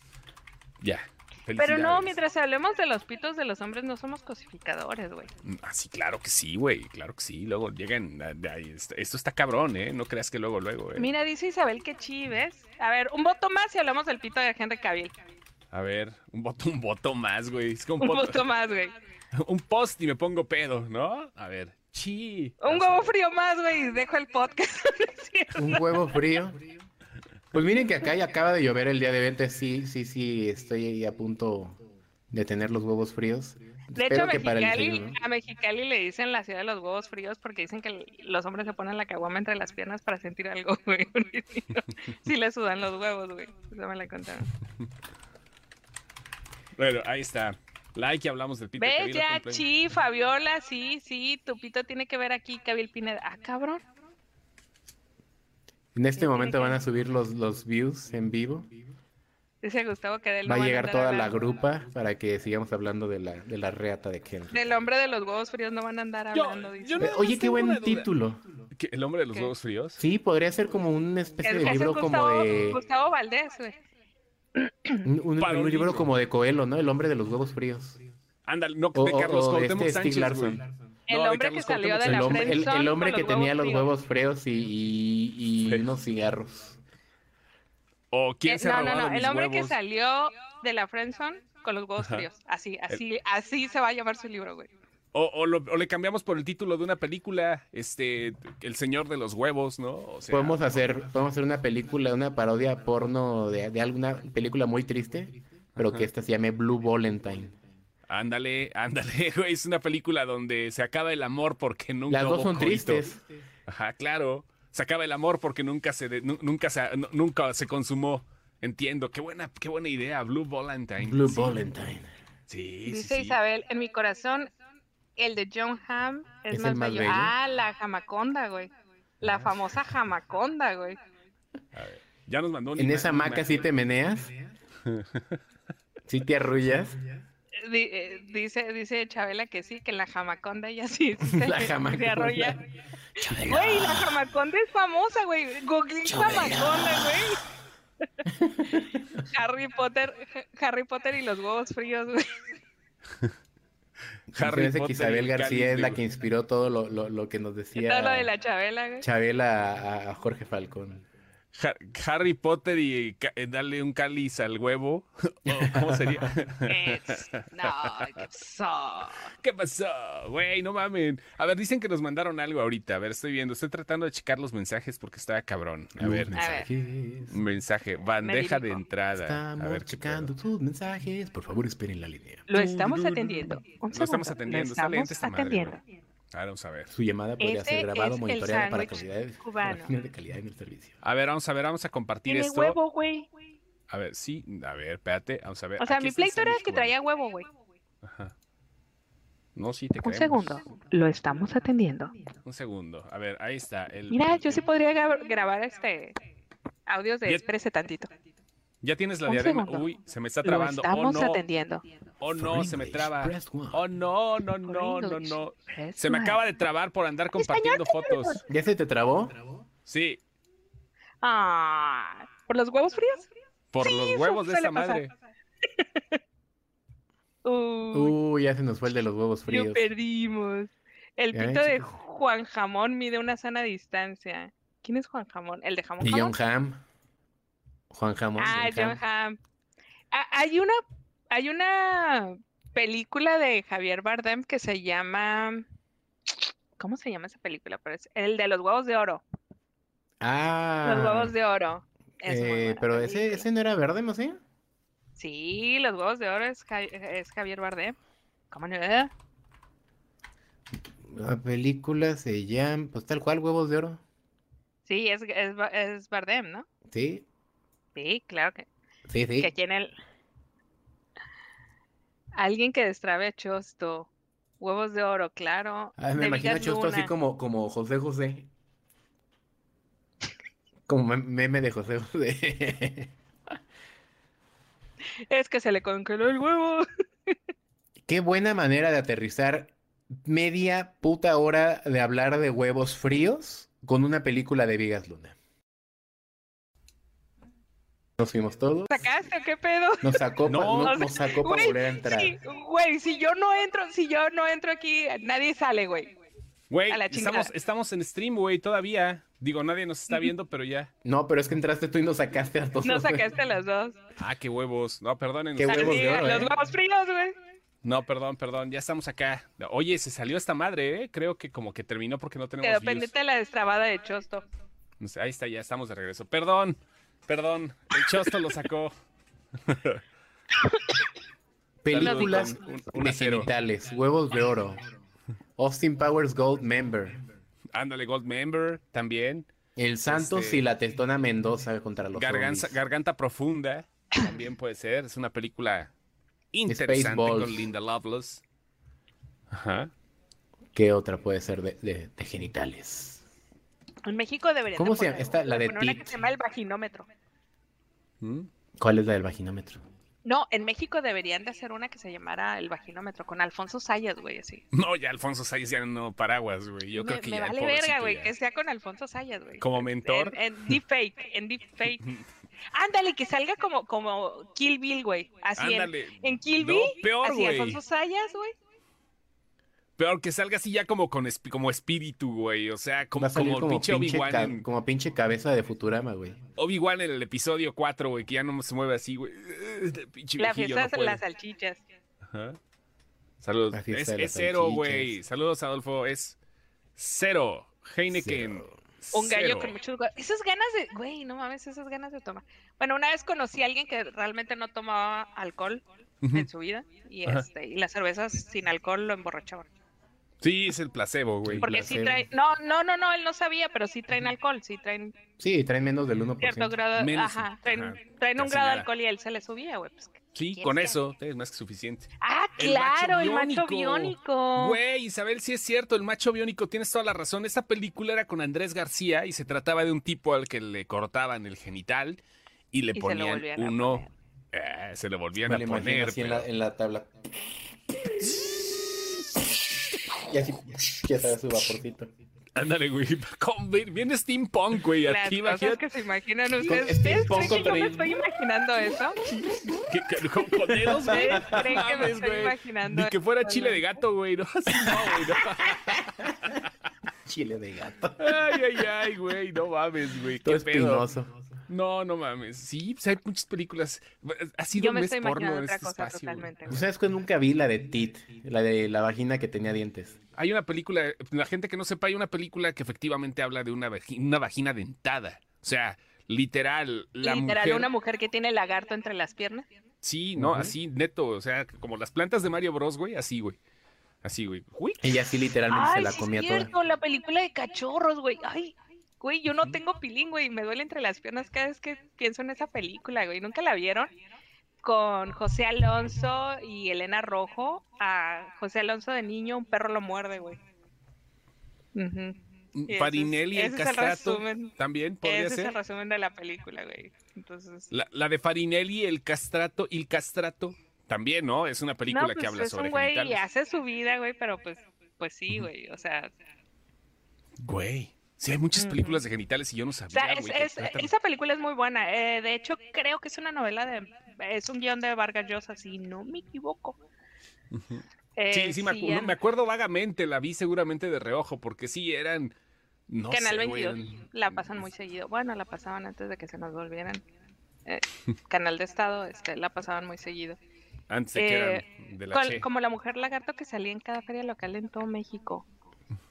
Ya. Pero no, felicidades. mientras hablemos de los pitos de los hombres, no somos cosificadores, güey. Ah, sí, claro que sí, güey, claro que sí. Luego llegan, a- de ahí, esto- esto está cabrón, ¿eh? No creas que luego, luego, ¿eh? Mira, dice Isabel que chives. A ver, un voto más y hablamos del pito de Henry Cavill. A ver, un voto, un voto más, güey. Es que un, Un voto- voto más, güey. un post y me pongo pedo, ¿no? A ver, chi. Un Vamos a huevo ver. frío más, güey. y Dejo el podcast. Un huevo frío. Pues miren que acá ya acaba de llover el día de venta. Sí, sí, sí, estoy ahí a punto de tener los huevos fríos. De Espero hecho, a que para el Mexicali, desayuno. a Mexicali le dicen la ciudad de los huevos fríos porque dicen que l- los hombres se ponen la caguama entre las piernas para sentir algo, güey. sí le sudan los huevos, güey. Eso me la contaron. Bueno, ahí está. Like y hablamos del pito. de Ve Cabil, ya, cumple- chi, Fabiola, sí, sí, Tupito tiene que ver aquí, Cabil Pineda. Ah, cabrón. En este momento van a subir los, los views en vivo. Dice Gustavo que del Va a llegar toda la grupa para que sigamos hablando de la, de la reata de Henry. Del hombre de los huevos fríos no van a andar Yo- hablando. dice. yo no- Eh, nada Oye, más qué tengo una buen duda. título. ¿Qué, ¿El hombre de los ¿Qué? huevos fríos? Sí, podría ser como una especie Es- de ese es Este libro como Gustavo, de... Gustavo Valdés, güey. Un, un- Para un un libro libro. como de Coelho, ¿no? El hombre de los huevos fríos. Ándale, no, O, de o- Carlos o de Cuauhtémoc este Steve Sánchez, güey. Larson. El No, de hombre que Carlos salió Cuauhtémoc de El la Sánchez. hombre, el- friendzone el con hombre los que huevos tenía los fríos. huevos fríos y, y- y unos cigarros. O quién Eh, se ha no, no, robado no, mis el hombre huevos? que salió de la friendzone con los huevos Ajá. fríos. Así, así, así se va a llamar su libro, güey. O, o lo- o le cambiamos por el título de una película, este, El Señor de los Huevos, ¿no? O sea, Podemos hacer, podemos hacer una película, una parodia porno de, de alguna película muy triste, pero que esta se llame Blue Valentine. ándale, ándale, güey, es una película donde se acaba el amor porque nunca Las dos hubo son coito. tristes. Ajá, claro. Se acaba el amor porque nunca se, de- nu- nunca se, nu- nunca se consumó. Entiendo, qué buena, qué buena idea, Blue Valentine. Blue sí, Valentine. Sí, sí, Dice sí. Isabel, en mi corazón, el de John Hamm es, más, bello. Ah, la jamaconda, güey. Ah. La famosa jamaconda, güey. Ya nos mandó una En ima- esa una maca sí te meneas. Sí te arrullas. Di- eh, dice, dice Chabela que sí, que la jamaconda ya sí, sí se, La se jamaconda. arrolla. Güey, la jamaconda es famosa, güey. Google jamaconda, güey. Harry Potter, Harry Potter y los huevos fríos, güey. Harry Parece Potter y que Isabel el García cáliz es de- la que inspiró todo lo, lo- lo que nos Todo lo de decía la Chabela, güey. Chabela a, a Jorge Falcón. Ha- Harry Potter y ca- eh, darle un cáliz al huevo. O, ¿Cómo sería? It's- No, qué so- ¿Qué pasó? Güey, no mamen. A ver, dicen que nos mandaron algo ahorita. A ver, estoy viendo. Estoy tratando de checar los mensajes porque está cabrón. A Los ver, mensajes. mensaje, bandeja de dirijo. entrada. a ver, Estamos qué checando pedo. tus mensajes. Por favor, esperen la línea. Lo estamos atendiendo. Lo Un estamos segundo, atendiendo, está estamos lenta esta madre, atendiendo. Ahora vamos a ver. Su llamada podría Ese ser grabada es o el monitoreada para sándwich calidad, cubano. para fines de calidad en el servicio. A ver, vamos a ver, vamos a compartir Tiene esto. huevo, güey. A ver, sí, a ver, espérate, vamos a ver. O sea, Aquí mi está el pleito era sándwich que cubano. traía huevo, güey. Ajá. No, sí, te Un creemos. segundo. Lo estamos atendiendo. Un segundo. A ver, ahí está. El... Mira, yo sí podría gra- grabar este audios de Bien. espérese tantito. Ya tienes la Un diadema. segundo. Uy, se me está Lo trabando. Oh, estamos no. atendiendo. Oh, For no, se me English, traba. press one. Oh, no, no, no, no, English, no. press Se me one. acaba de trabar por andar compartiendo fotos. ¿Ya se te trabó? Sí, Ah, ¿por los huevos fríos? por Sí, los eso huevos de suele esa madre. Uh, Uy, Uy, ya se nos fue el de los huevos lo fríos. perdimos. El Ya ven, pito de chicos. Juan Jamón mide una sana distancia. ¿Quién es Juan Jamón? ¿El de Jamón Y John Jamón? Ham. Juan Jamón. Ah, John John Hamm. Hamm. Ah, Hay una, hay una película de Javier Bardem que se llama. ¿Cómo se llama esa película? Pero es el de los huevos de oro. Ah. Los huevos de oro. Es muy eh, buena pero ese, película. ese no era verde, ¿no sí? Sí, los huevos de oro es, Ja- es Javier Bardem. ¿Cómo no? Eh, La película se llama, pues tal cual, huevos de oro. Sí, es, es, Ba- es Bardem, ¿no? Sí, Sí, claro que, sí, sí. que aquí en el. Alguien que destrabe a Chosto. Huevos de oro, claro. Ah, me de imagino a Vigas Chosto así Luna. como, como José José. Como mem- meme de José José. Es que se le congeló el huevo. Qué buena manera de aterrizar media puta hora de hablar de huevos fríos con una película de Vigas Luna. Nos fuimos todos. ¿Sacaste o qué pedo? Nos sacó, pa- No, no- o sea, nos sacó para güey, volver a entrar. Sí, güey, si yo no entro, si yo no entro aquí, nadie sale, güey. Güey, A la chingada. estamos, estamos en stream, güey, todavía. Digo, nadie nos está viendo, pero ya. No, pero es que entraste tú y nos sacaste a todos. No sacaste a los dos. Ah, qué huevos. No, perdonen. Qué ustedes. huevos de Así, oro, los ¿eh? huevos fríos, güey. No, perdón, perdón. Ya estamos acá. Oye, se salió esta madre, ¿eh? Creo que como que terminó porque no tenemos Quedó views. pendiente la destrabada de Chosto. No sé, Ahí está, ya estamos de regreso. Perdón, perdón. El chosto lo sacó. Películas Con un- un de acero. genitales, huevos de oro. Austin Powers Gold Member. Ándale, Gold Member también. El Santos Este- y la Testona Mendoza contra los Garganza- zombies. garganta profunda también puede ser. Es una película interesante Spaceballs. con Linda Lovelace. Ajá. ¿Qué otra puede ser de, de- de genitales? En México debería. ¿Cómo se llama? Esta, la de una que Tit. se llama el vaginómetro. ¿Mm? ¿Cuál es la del vaginómetro? No, en México deberían de hacer una que se llamara el vaginómetro con Alfonso Sayas, güey, así. No, ya Alfonso Sáenz ya no paraguas, güey. Yo me, creo que me ya. vale pobrecito, verga, güey, ya. que sea con Alfonso Sayas, güey. Como mentor. En, en deepfake, en deepfake. Ándale, que salga como, como Kill Bill, güey. Así en, Ándale. en Kill No, Bill, peor, así güey. Alfonso Sayas, güey. Peor que salga así ya como con espi- como espíritu, güey. O sea, Va como, a salir como, como, pinche pinche Obi-Wan ca- en, como pinche cabeza de Futurama, güey. Obi-Wan en el episodio 4, güey, que ya no se mueve así, güey. Pinche La viejillo, fiesta no de puede. las salchichas. Ajá. Saludos. La fiesta es de las es cero, salchichas. güey. Saludos, Adolfo. Es cero. Heineken. Un gallo cero. con muchos gua- Esas ganas de, güey, no mames, esas ganas de tomar. Bueno, una vez conocí a alguien que realmente no tomaba alcohol en Ujú. su vida y Ajá. este y las cervezas sin alcohol lo emborrachaban. Sí, es el placebo, güey. Porque sí placebo. traen, no, no, no, no, él no sabía, pero sí traen alcohol, sí traen Sí, traen menos del 1%. cierto grado, Menos, ajá, traen, ajá, traen un casi grado de nada. alcohol y él se le subía, güey. pues, Sí, ¿Quién con sabe? eso es más que suficiente. Ah, El macho claro, el macho biónico. biónico. Güey, Isabel, sí es cierto, el macho biónico, tienes toda la razón. Esta película era con Andrés García y se trataba de un tipo al que le cortaban el genital y le Y se lo ponían volvían a uno. Eh, se le volvían Me a lo imagino poner. así en pero- la, en la tabla. Y así, ya sabes, su vaporcito. Ándale, güey. Con- Viene steampunk, güey. Las Aquí cosas imagínate que se imaginan ustedes. este ¿Ustedes creen poco que yo me traí- estoy imaginando eso? que, que- con, con dedos, güey. ¿Ustedes creen que me Mames, estoy güey. imaginando Ni que eso, fuera no? chile de gato, güey. No, Así no, güey. no. Chile de gato. Ay, ay, ay, güey. No mames, güey. Todo Qué pedo. espinoso. No, no mames. Sí, pues hay muchas películas. Ha sido Yo un me mes estoy porno imaginando en otra este cosa espacio. güey. totalmente. güey. Pues, ¿Sabes que nunca vi la de Tit? La de la vagina que tenía dientes. Hay una película, la gente que no sepa, hay una película que efectivamente habla de una, vagi- una vagina dentada. O sea, literal. La Literal, mujer... una mujer que tiene lagarto entre las piernas. Sí, no, Ujú. así neto, o sea, como las plantas de Mario Bros, güey, así, güey. Así, güey. Uy, Ella sí literalmente se Ay, la sí comía es toda. cierto, la película de cachorros, güey. Ay, güey, yo no tengo pilín, güey. Me duele entre las piernas cada vez que pienso en esa película, güey. ¿Nunca la vieron? Con José Alonso y Elena Rojo. A José Alonso de niño, un perro lo muerde, güey. Ujú. Y ese es- Farinelli, el ese es el castrato. resumen. También podría Ese es el ser. resumen de la película, güey. Entonces, La, la de Farinelli, el castrato y el castrato. También, ¿no? Es una película no, pues que habla es sobre un güey y genitales. hace su vida, güey, pero pues, pues sí, güey. O sea, Güey. Sí, hay muchas Ujú. películas de genitales y yo no O sabía, sea, es- güey. que es- tratan- esa película es muy buena. eh, de hecho, creo que es una novela de... Es un guión de Vargas Llosa, si no me equivoco. Ujú. Eh, Sí, sí, me, acu- no, an- me acuerdo vagamente, la vi seguramente de reojo, porque sí, eran... No Canal sé, güey, 22. eran- La pasan muy seguido. Bueno, la pasaban antes de que se nos volvieran. eh, canal de Estado, este, la pasaban muy seguido. Antes de que Eh, eran de la Cual- Che. como la mujer lagarto que salía en cada feria local en todo México.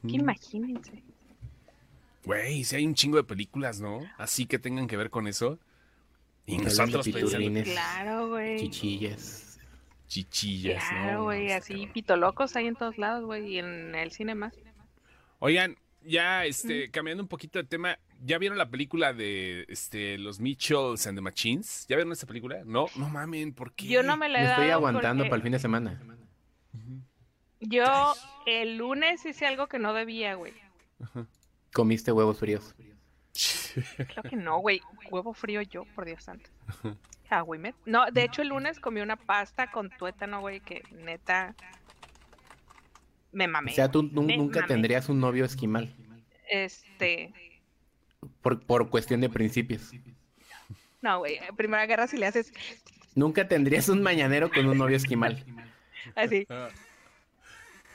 Que Ujú. imagínense. Güey, si hay un chingo de películas, ¿no? Así que tengan que ver con eso. Y Hablan de nosotros pensando, piturrines. Tienes Claro, güey. Chichillas. chichillas, ¿no? Claro, No, güey. está Así, cabrón. pitolocos hay en todos lados, güey. Y en el cine más. Oigan, ya este, cambiando un poquito de tema, ¿ya vieron la película de este, los Mitchells and the Machines? ¿Ya vieron esa película? No, no mamen, ¿por qué? Yo no me la he Me estoy dado aguantando porque para el fin de semana. Yo el lunes hice algo que no debía, güey. Comiste huevos fríos. Claro que no, güey. Huevo frío yo, por Dios santo. Ah, güey, me- No, de hecho el lunes comí una pasta con tuétano, güey, que neta me O mamé. sea, tú nu- Me nunca mamé. tendrías un novio esquimal. Este, Por, por cuestión de principios. no, güey, en primera guerra si le haces Nunca tendrías un mañanero con un novio esquimal. así,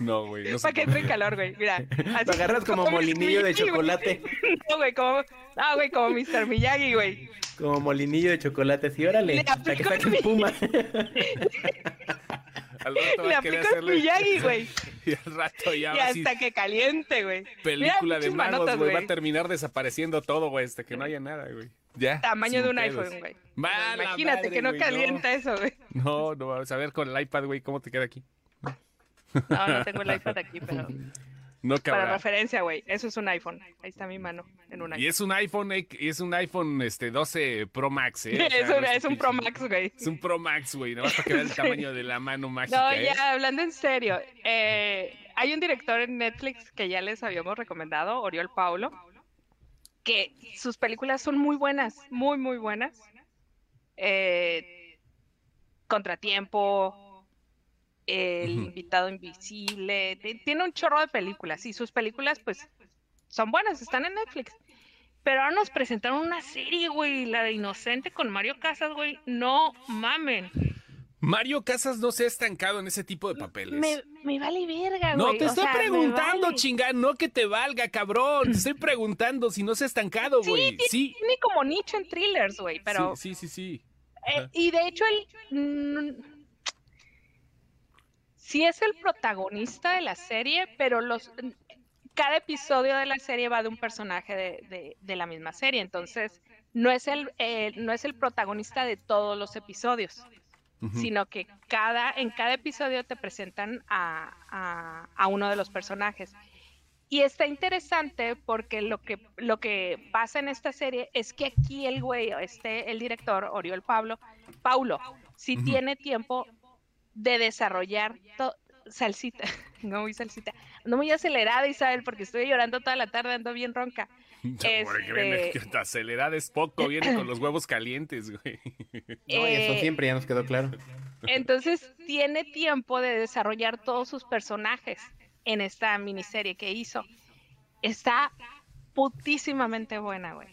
No, güey, no sé para que entre en calor, güey. Mira, así, Lo agarras como mis molinillo de Miyagi, güey. chocolate. No, güey, como Ah, güey, como Mr. Miyagi, güey. Como molinillo de chocolate. Sí, Le órale. Hasta que aplico saque mi- puma. cómo- Al rato Le va a querer aplicas hacerle. Miyagi, güey. Y al rato ya Y va así, hasta que caliente, güey. película de pinches magos, manotas, güey. Va a güey. terminar desapareciendo todo, güey, hasta que no haya nada, güey. Ya. sin Tamaño de un pedos. iPhone, güey. Mala Imagínate madre, que no güey, calienta eso, güey. No, no, vamos a ver con el iPad, güey, cómo te queda aquí. No, no tengo el iPad aquí, pero No para cabrá. referencia, güey. Eso es un iPhone. Ahí está mi mano en un Y iPhone. es un iPhone, eh, y es un iPhone este 12 Pro Max, ¿eh? O Es, sea, un, no es un pinche- Pro Max, güey. Es un Pro Max, güey, no vas a quedar el tamaño de la mano mágica, No, ¿eh? ya hablando en serio, eh, hay un director en Netflix que ya les habíamos recomendado, Oriol Paulo, que sus películas son muy buenas, muy, muy buenas. Eh, Contratiempo, El Ujú. invitado invisible, te- tiene un chorro de películas y sus películas pues son buenas, están en Netflix. Pero ahora nos presentaron una serie, güey, la de Inocente con Mario Casas, güey. No mamen. Mario Casas no se ha estancado en ese tipo de papeles. Me, me vale verga, no, güey. te o estoy sea, me preguntando, vale. chinga, no que te valga, cabrón. Te estoy preguntando si no se ha estancado, Sí, güey. Sí, Tiene como nicho en thrillers, güey, pero... sí, sí, sí, sí. eh, Ajá. y de hecho, el... mm, Sí es el protagonista de la serie, pero los... Cada episodio de la serie va de un personaje de, de- de la misma serie, entonces no es, el, eh, no es el protagonista de todos los episodios. Ujú. sino que cada, en cada episodio te presentan a, a- a uno de los personajes. Y está interesante porque lo que, lo que pasa en esta serie es que aquí el güey, este, el director, Oriol Pablo, Paulo, si Ujú. tiene tiempo de desarrollar to- salsita, no muy salsita, ando muy acelerada Isabel porque estoy llorando toda la tarde, ando bien ronca. Porque viene Este- que te acelerada es poco, viene con los huevos calientes, güey. No, y eso Eh, siempre ya nos quedó claro. Entonces tiene tiempo de desarrollar todos sus personajes en esta miniserie que hizo. Está putísimamente buena, güey.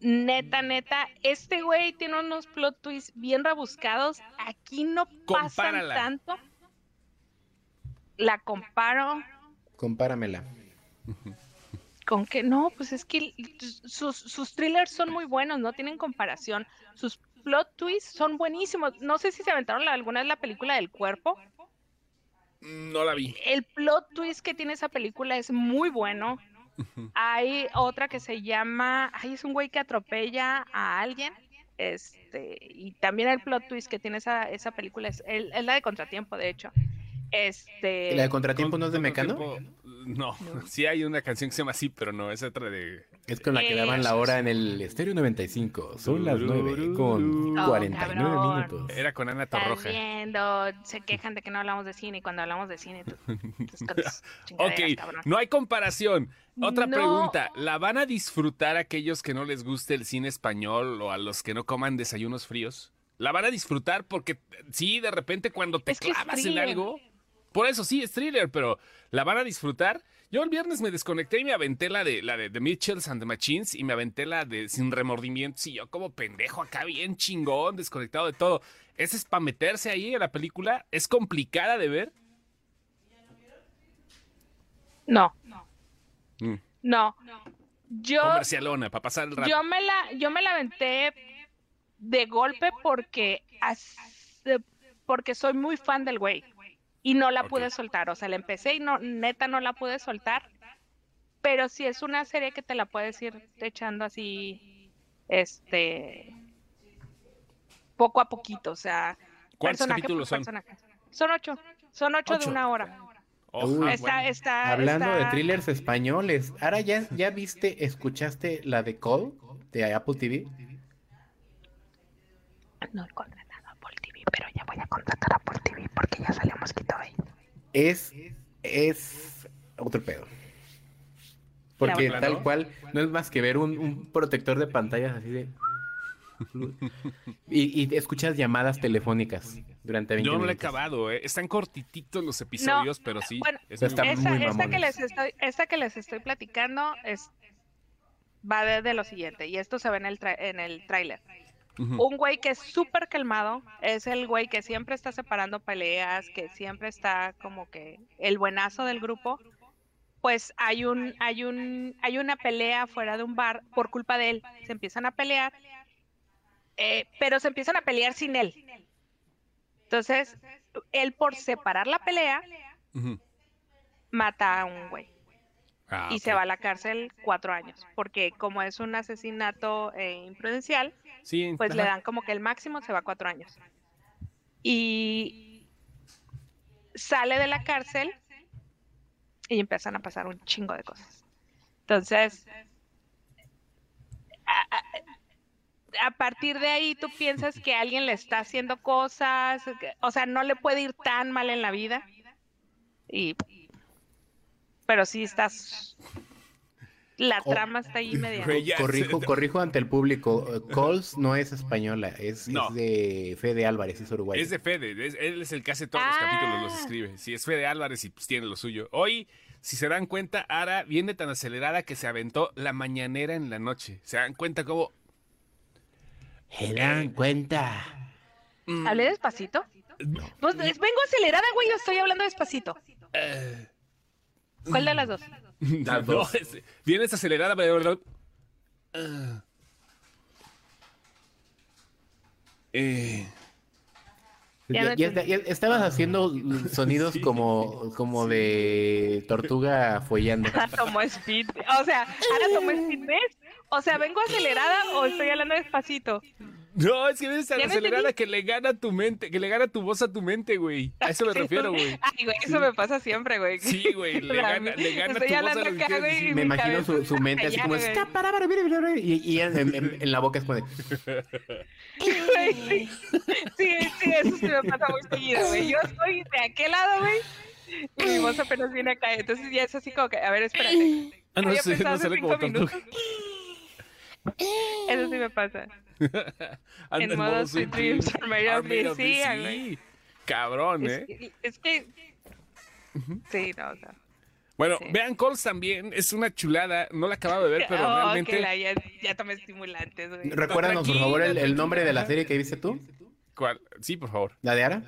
Neta, neta, este güey tiene unos plot twists bien rebuscados. Aquí no pasan Compárala. tanto. La comparo Compáramela. con que no, pues es que sus, sus thrillers son muy buenos, no tienen comparación. Sus plot twists son buenísimos. No sé si se aventaron la- alguna vez la película del cuerpo. No la vi. El plot twist que tiene esa película es muy bueno. Hay otra que se llama, ay, es un güey que atropella a alguien. Este, y también el plot twist que tiene esa, esa película es, el- es la de Contratiempo, de hecho. Este, ¿La de contratiempo no es de Mecano? Contratiempo, No, sí hay una canción que se llama así, pero no, es otra de... Es con la que Eh, daban la hora en el Estéreo 95. Son las 9 con Oh, 49 cabrón. minutos. Era con Ana están Torroja. viendo, se quejan de que no hablamos de cine y cuando hablamos de cine, tú, tus cosas Ok, chingaderas, cabrón. no hay comparación. Otra No. pregunta, ¿la van a disfrutar aquellos que no les guste el cine español o a los que no coman desayunos fríos? ¿La van a disfrutar? Porque eh, sí, de repente cuando te Es que es clavas en thriller. algo... Por eso sí, es thriller, pero ¿la van a disfrutar? Yo el viernes me desconecté y me aventé la de la de The Mitchells and the Machines y me aventé la de Sin Remordimientos y yo como pendejo acá bien chingón, desconectado de todo. Ese es para meterse ahí en la película. Es complicada de ver. No, Mm. no. Yo, Comercialona, para pasar el rato. yo me la, yo me la aventé de golpe porque, as- porque soy muy fan del güey y no la Ok. pude soltar. O sea, la empecé y no, neta no la pude soltar. Pero si es una serie que te la puedes ir echando así, este, poco a poquito, o sea, ¿Cuántos personaje capítulos por son? personaje. Son ocho, son ocho, Ocho. de una hora. Oh, Uy. ah, está, bueno. está, Hablando de está- thrillers españoles, ahora ya, ya viste, escuchaste la de Call de Apple TV. No he contratado a Apple TV, pero ya voy a contratar a Apple TV porque ya salió Mosquito Bay. Es, es otro pedo. Porque La- tal cual, no es más que ver un, un protector de pantallas así de. Y, y escuchas llamadas telefónicas durante 20 Yo no lo he minutos. acabado, eh. están cortititos los episodios, pero sí. bueno, es Está muy Esta, muy bueno. esta que mamona. les estoy, esta que les estoy platicando es, va de, de lo siguiente, y esto se ve en el, tra- en el tráiler. Ujú. Un güey que es súper calmado, es el güey que siempre está separando peleas, que siempre está como que el buenazo del grupo. Pues hay un, hay un, hay una pelea fuera de un bar por culpa de él. Se empiezan a pelear, eh, pero se empiezan a pelear sin él. Entonces, él por separar la pelea Ujú. mata a un güey Ah, y ok. se va a la cárcel cuatro años, porque como es un asesinato eh, imprudencial, Sí, pues le ajá. dan como que el máximo se va cuatro años. Y sale de la cárcel y empiezan a pasar un chingo de cosas. Entonces, a, a- a partir de ahí tú piensas que alguien le está haciendo cosas, que- o sea, no le puede ir tan mal en la vida. Y, pero sí estás la Oh. trama está ahí media. Güey, ya corrijo, se- corrijo ante el público. eh, Coles no es española, es, No. es de Fede Álvarez, es uruguayo. Es de Fede, es- él es el que hace todos los Ah. capítulos, los escribe. Sí, es Fede Álvarez y pues, tiene lo suyo. Hoy, si se dan cuenta, Ara viene tan acelerada que se aventó la mañanera en la noche. ¿Se dan cuenta cómo? Se dan cuenta. Mm, ¿Hablé despacito? No. Pues, es- vengo acelerada, güey, yo estoy hablando despacito. eh, ¿Cuál de las dos? no, dos. es- vienes acelerada, pero de verdad. Ah. Eh, Ya- Ya no ya entendí. está- ya estabas haciendo sonidos como, como de tortuga follando. Ahora Ah, tomo speed. O sea, ahora tomo speed ¿ves? O sea, vengo acelerada o estoy hablando despacito. no, es que vienes tan Ya me acelerada entendí. que le gana tu mente, que le gana tu voz a tu mente, güey. A eso me refiero, güey. Ay, güey, eso me pasa siempre, güey. Sí, güey, le O sea, gana, le gana tu estoy voz a hablando lo que acá, quieras güey, decir. y Me mi imagino su, cabeza su mente así allá, como güey. "Esca, para, para, para, para, para", y, y en, en- en- en la boca es como de, Güey, sí. sí, sí, eso sí me pasa muy seguido, güey. Yo estoy de aquel lado, güey. Y mi voz apenas viene acá. Entonces ya es así como que, a ver, espérate. Ah, no Había sé, pensado no hace sale como cinco tortuga. minutos. Eso sí me pasa. Anda En modo Sweet Dreams are made of me, sí, me, güey. Ah, sí. Cabrón, Es, ¿eh? que- es que. Sí, no, o sea. Bueno, sí. vean Calls también, es una chulada. No la acababa de ver, pero oh, realmente... que la- ya, ya tomé estimulantes, güey. recuérdanos por Tranquila, favor el, el tranquila. nombre de la serie que viste tú, ¿Cuál? Sí, por favor. la de Ara.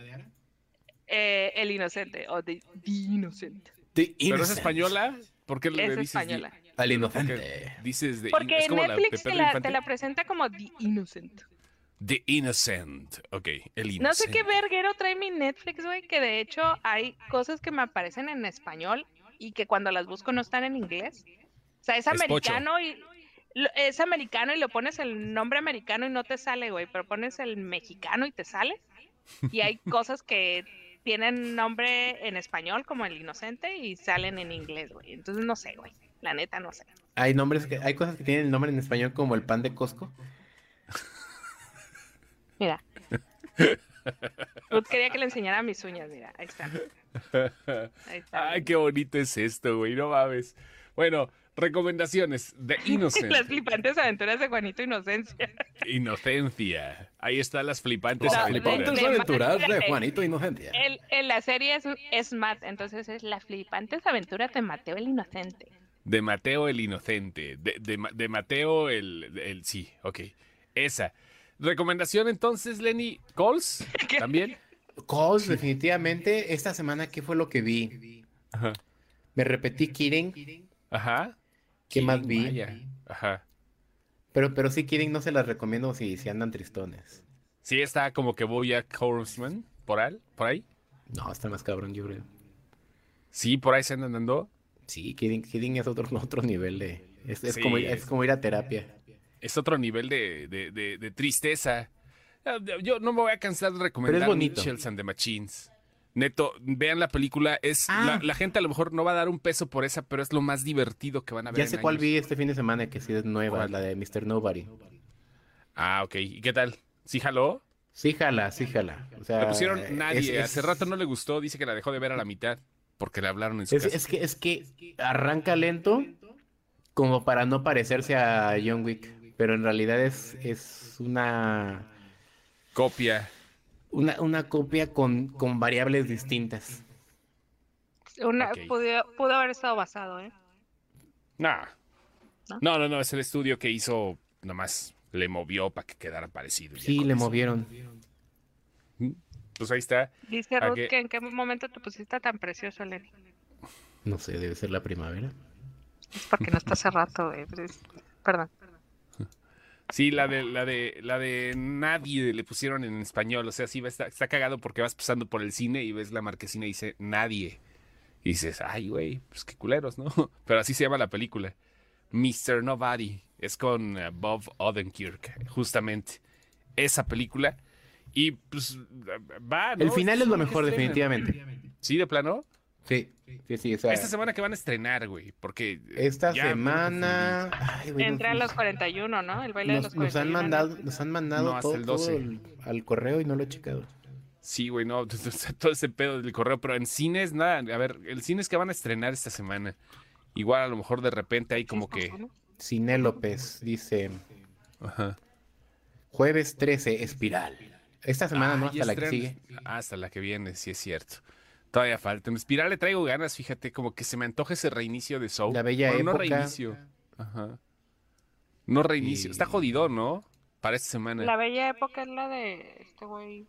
Eh, el inocente, o de The Innocent. ¿Pero es española? ¿Por qué le Es dices española. Al di- ¿Por inocente. qué dices de Porque es como la de Netflix te Pedro la, Infante. te la presenta como The Innocent. The Innocent. Ok, el Innocent. No sé qué verguero trae mi Netflix, güey, que de hecho hay cosas que me aparecen en español y que cuando las busco no están en inglés. O sea, es Es pocho. americano y lo- es americano y le pones el nombre americano y no te sale, güey, pero pones el mexicano y te sale. Y hay cosas que tienen nombre en español como el inocente y salen en inglés, güey. Entonces no sé, güey. La neta no sé. Hay nombres que, hay cosas que tienen el nombre en español como el pan de Costco. Mira. Ruth quería que le enseñara mis uñas, mira, ahí está. Ahí está. Ay, qué bonito es esto, güey, no mames. Bueno, recomendaciones. The Innocent. Las flipantes aventuras de Juanito Inocencia. Inocencia. Ahí están las flipantes No, Las de- aventuras. flipantes de- aventuras de de- Juanito Inocente. El, en la serie es, es Matt, entonces es las flipantes aventuras de Mateo el Inocente. De Mateo el Inocente. De, de Ma- de Mateo el, el- Sí, ok. Esa. Recomendación entonces, Lenny. ¿Calls? ¿También? Calls, definitivamente. Esta semana, ¿qué fue lo que vi? Ajá. Me repetí Kidding. Ajá. ¿Qué más vi? Vaya. Ajá. Pero, pero sí, Kidding no se las recomiendo si, si andan tristones. Sí, está como que voy a Horseman. ¿Por al- ¿Por ahí? No, está más cabrón, yo creo. Sí, por ahí se andan andando. Sí, Kidding, Kidding es otro, otro nivel de. Es, es Sí, como, ir- es es- como ir a terapia. Es otro nivel de, de- de- de tristeza. Ah, Yo no me voy a cansar de recomendar bonito. Mitchells and the Machines. Neto, vean la película. Es Ah. la, la gente a lo mejor no va a dar un peso por esa, pero es lo más divertido que van a ver. Ya en sé cuál años. vi este fin de semana que sí es nueva, ¿Cuál? la de Mr. Nobody. Ah, ok. ¿Y qué tal? ¿Sí jaló? Sí, jala, sí, jala. O sea, La pusieron Ah, es- nadie. es- Hace rato no le gustó. Dice que la dejó de ver a la mitad porque le hablaron en su Es, casa. es que, es que arranca lento como para no parecerse a John Wick, pero en realidad es, es una, Copia. una, una copia con, con variables distintas. Una, Ok. pudo, pudo haber estado basado, ¿eh? Nah. ¿No? No, no, no. Es el estudio que hizo. Nomás le movió para que quedara parecido. ya Sí, con le eso. movieron. Pues ahí está. Dice ¿A Ruth qué? que en qué momento te pusiste tan precioso, Lenny. No sé, debe ser la primavera. Es porque no está hace rato, güey. pero es- Perdón. Sí, la de, la de, la de nadie le pusieron en español. O sea, sí va, está, está cagado porque vas pasando por el cine y ves la marquesina y dice nadie. Y dices, ay, güey, pues qué culeros, ¿no? Pero así se llama la película. Mr. Nobody. Es con eh, Bob Odenkirk, justamente. Esa película. Y pues va, ¿no? El Esta final es lo semana que mejor, estrenan. definitivamente. Sí, de plano. Sí, sí, sí. o sea, Esta semana que van a estrenar, güey. Porque. eh, esta ya me semana... Ay, güey, Entra a pues nos- los 41, ¿no? El baile de nos, los nos 41. han ¿no? mandado, nos han mandado No, hasta todo, el todo 12. el- al correo y no lo he checado. Sí, güey, no, todo ese pedo del correo, pero en cines, nada, a ver, el cine es que van a estrenar esta semana. Igual a lo mejor de repente hay como que. eh. Cine López dice: Ajá. Jueves 13, espiral. Esta semana no, Ah, hasta ya la que sigue. estrenas. Hasta la que viene, sí es cierto. Todavía falta. En Espiral le traigo ganas, fíjate, como que se me antoja ese reinicio de Soul. La bella Bueno, No época. reinicio. Ajá. No reinicio. Y- Está jodido, ¿no? Para esta semana. La bella época es la de este güey.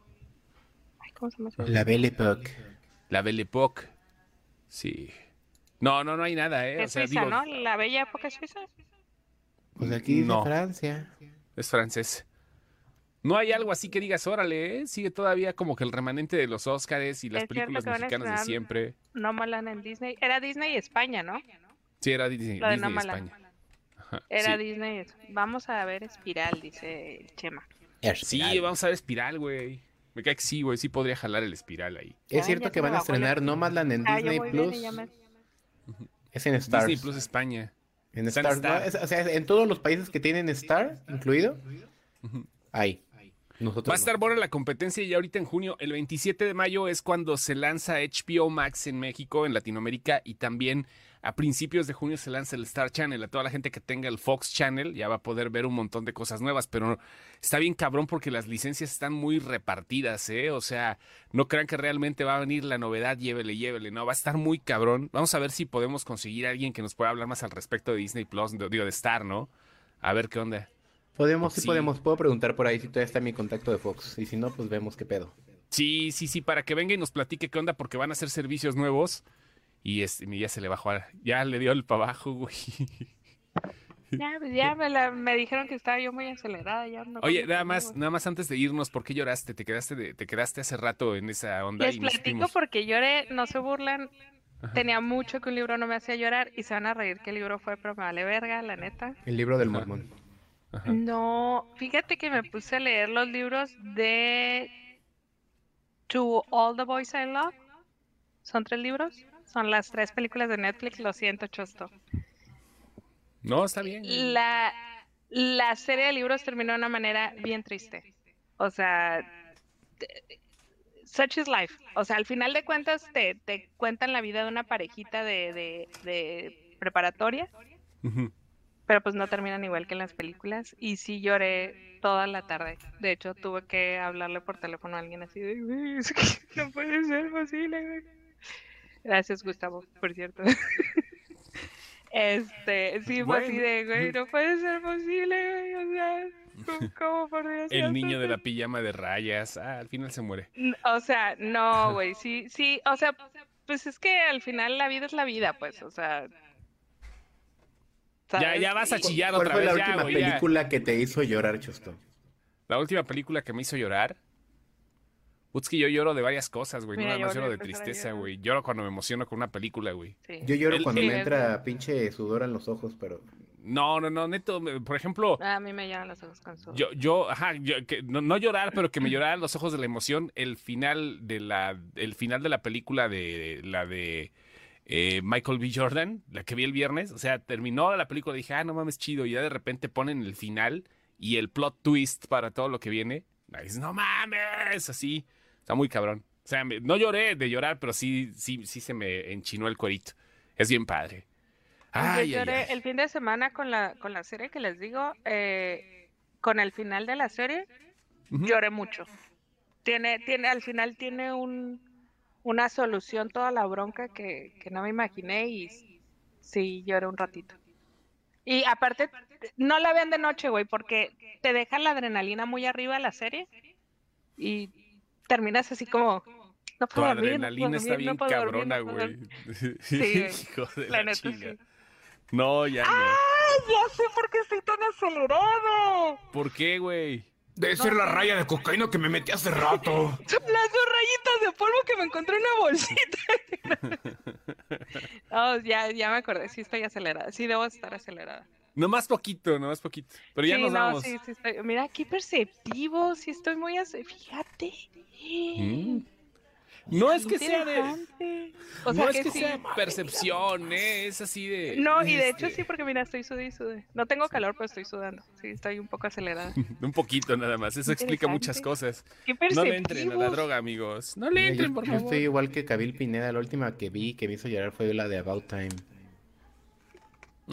Ay, ¿cómo se llama? ese güey? La Belle Époque. La Belle Époque. Sí. No, no, no hay nada, ¿eh? O Es sea, suiza, digo, ¿no? La bella época es suiza. Pues aquí dice No. Francia. es francés. No hay algo así que digas, órale, ¿eh? sigue todavía como que el remanente de los Óscares y las Es cierto películas que van a mexicanas de estrenar- siempre. No Malan en Disney. Era Disney España, ¿no? Sí, era Disney, Lo de Disney Nómala. España. Ajá, Era sí. Disney. Vamos a ver Espiral, dice el Chema. Sí, vamos a ver Espiral, güey. Me cae que sí, güey. Sí podría jalar el Espiral ahí. Es Ay, cierto Ah, ya que se me van a bajó la- estrenar Nomadland en Ah, yo Disney voy bien Plus. y ya me- Es en Stars. Disney Plus España. En Está en Stars, ¿no? Star. Es- o sea, es en todos los países que tienen Star incluido, Ujú. ahí. Nosotros Va a no. estar buena la competencia y ahorita en junio, el 27 de mayo es cuando se lanza HBO Max en México, en Latinoamérica y también a principios de junio se lanza el Star Channel. A toda la gente que tenga el Fox Channel ya va a poder ver un montón de cosas nuevas, pero está bien cabrón porque las licencias están muy repartidas, ¿eh? O sea, no crean que realmente va a venir la novedad, llévele, llévele, no, va a estar muy cabrón. Vamos a ver si podemos conseguir a alguien que nos pueda hablar más al respecto de Disney Plus, de- digo, de Star, ¿no? A ver qué onda. Podemos, sí, Sí. podemos. Puedo preguntar por ahí si todavía está mi contacto de Fox. Y si no, pues vemos qué pedo. Sí, sí, sí, para que venga y nos platique qué onda, porque van a hacer servicios nuevos. Y este, mi ya se le bajó, a- ya le dio el para abajo, güey. Ya, pues ya me, la- me dijeron que estaba yo muy acelerada. Ya no Oye, no nada tengo- más, nada más antes de irnos, ¿por qué lloraste? Te quedaste, de- te quedaste hace rato en esa onda Les y nos platico fuimos. porque lloré, no se burlan. Ajá. Tenía mucho que un libro no me hacía llorar y se van a reír que el libro fue, pero me vale verga, la neta. El libro del Ajá. mormón. Ajá. No, fíjate que me puse a leer los libros de To All the Boys I Love. Son tres libros. Son las tres películas de Netflix. Lo siento, Chosto. No, está bien. La, la serie de libros terminó de una manera bien triste. O sea, te- such is life. O sea, al final de cuentas te, te cuentan la vida de una parejita de, de- de preparatoria, Ujú. pero pues no terminan igual que en las películas. Y sí lloré toda la tarde. De hecho, tuve que hablarle por teléfono a alguien así de, "Güey, es que no puede ser posible. güey". Gracias, Gustavo, por cierto. Este, sí, fue así Bueno. de, güey, no puede ser posible, güey, o sea, ¿cómo- ¿cómo por Dios? El haces niño de la esto?". pijama de rayas. Ah, al final se muere. N- O sea, no, güey, sí, sí, o sea, pues es que al final la vida es la vida, pues, o sea. Ya, ¿sabes? ya vas a Y- chillar ¿Cuál otra fue vez. la ya, última güey, ya. película que te hizo llorar, Chusto? La última película que me hizo llorar. Putz, que yo lloro de varias cosas, güey. No Mira, nada yo más volví lloro a de empezar a tristeza, llorar. güey. Lloro cuando me emociono con una película, güey. sí. Yo lloro El- cuando sí. me entra pinche sudor en los ojos, pero... No, no, no, neto. me- Por ejemplo, A mí me llenan los ojos con sudor. Yo, yo, ajá, yo- que, no, no llorar, pero que me lloraran los ojos de la emoción el final de la, el final de la película de, de- la de eh, Michael B. Jordan, la que vi el viernes. O sea, terminó la película, dije, ah, no mames, chido. Y ya de repente ponen el final y el plot twist para todo lo que viene. Ahí dices, no mames, así. Está muy cabrón. O sea, me- no lloré de llorar, pero sí, sí, sí se me enchinó el cuerito. Es bien padre. Ay, Yo ay, lloré ay. el fin de semana con la, con la serie que les digo, eh, con el final de la serie, Ujú. lloré mucho. Tiene, tiene, al final tiene un, una solución toda la bronca que, que no me imaginé y s- sí lloré un ratito. Y aparte, no la vean de noche, güey, porque te deja la adrenalina muy arriba la serie y terminas así como... No Tu puedo dormir, no puedo adrenalina está dormir, no bien puedo dormir, no cabrona, puedo güey. dormir". Sí, Hijo de la la, neta, chinga. sí. No, ya no. Ya sé por qué estoy tan acelerado. ¿Por qué, güey? Debe ser la raya de cocaína que me metí hace rato. Son las dos rayitas de polvo que me encontré en una bolsita. oh, ya, ya me acordé. Sí, estoy acelerada. Sí, debo estar acelerada. Nomás poquito, nomás poquito. Pero ya sí, nos no, vamos. sí, sí estoy. Mira, qué perceptivo. Sí, estoy muy ace- Fíjate. Mm. No es que sea de. Interesante. O sea no es que, que sí. sea percepción, ¿eh? Es así de. No, y de hecho este, sí, porque mira, estoy sudé y sudé. No tengo calor, pero estoy sudando. Sí, estoy un poco acelerada. Un poquito nada más. Eso explica muchas cosas. Qué No perceptivo. le entren a la droga, amigos. No le Mira, entren, yo, por yo favor. estoy igual que Kabil Pineda. La última que vi que me hizo llorar fue la de About Time.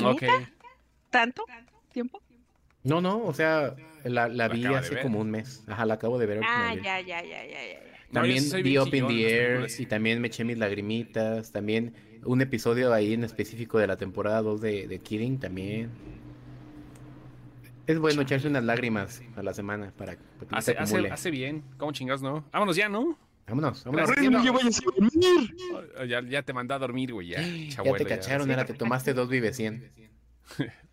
Ok. ¿Tanto? ¿Tiempo? No, no, o sea, la, la La vi acaba de hace ver. como un mes. Ajá, la acabo de ver. ahorita Ah, en abril. ya, ya, ya, ya, ya. ya. No, También yo soy vi bien Up in chillón en the las Air películas. y también me eché mis lagrimitas. También un episodio ahí en específico de la temporada 2 de, de Kidding también. Es bueno echarse unas lágrimas a la semana para que no se Hace, hace- acumule. hace bien. ¿Cómo chingados no? Vámonos ya, ¿no? Vámonos, vámonos. Gracias. Bueno, ya vayas a dormir. Ah, Ya, ya te mandé a dormir, güey. Ya, Ya chabuelo, te ya. cacharon, ahora te tomaste dos vive 100.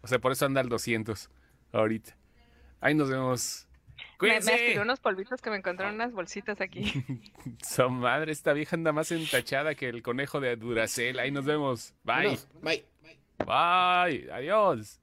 O sea, por eso anda al 200 ahorita. Ahí nos vemos. Me, me Cuídense. aspiré unos polvitos que me encontraron unas bolsitas aquí. Su madre, esta vieja anda más entachada que el conejo de Duracell. Ahí nos vemos. Bye. Vámonos, Bye. Bye. Adiós.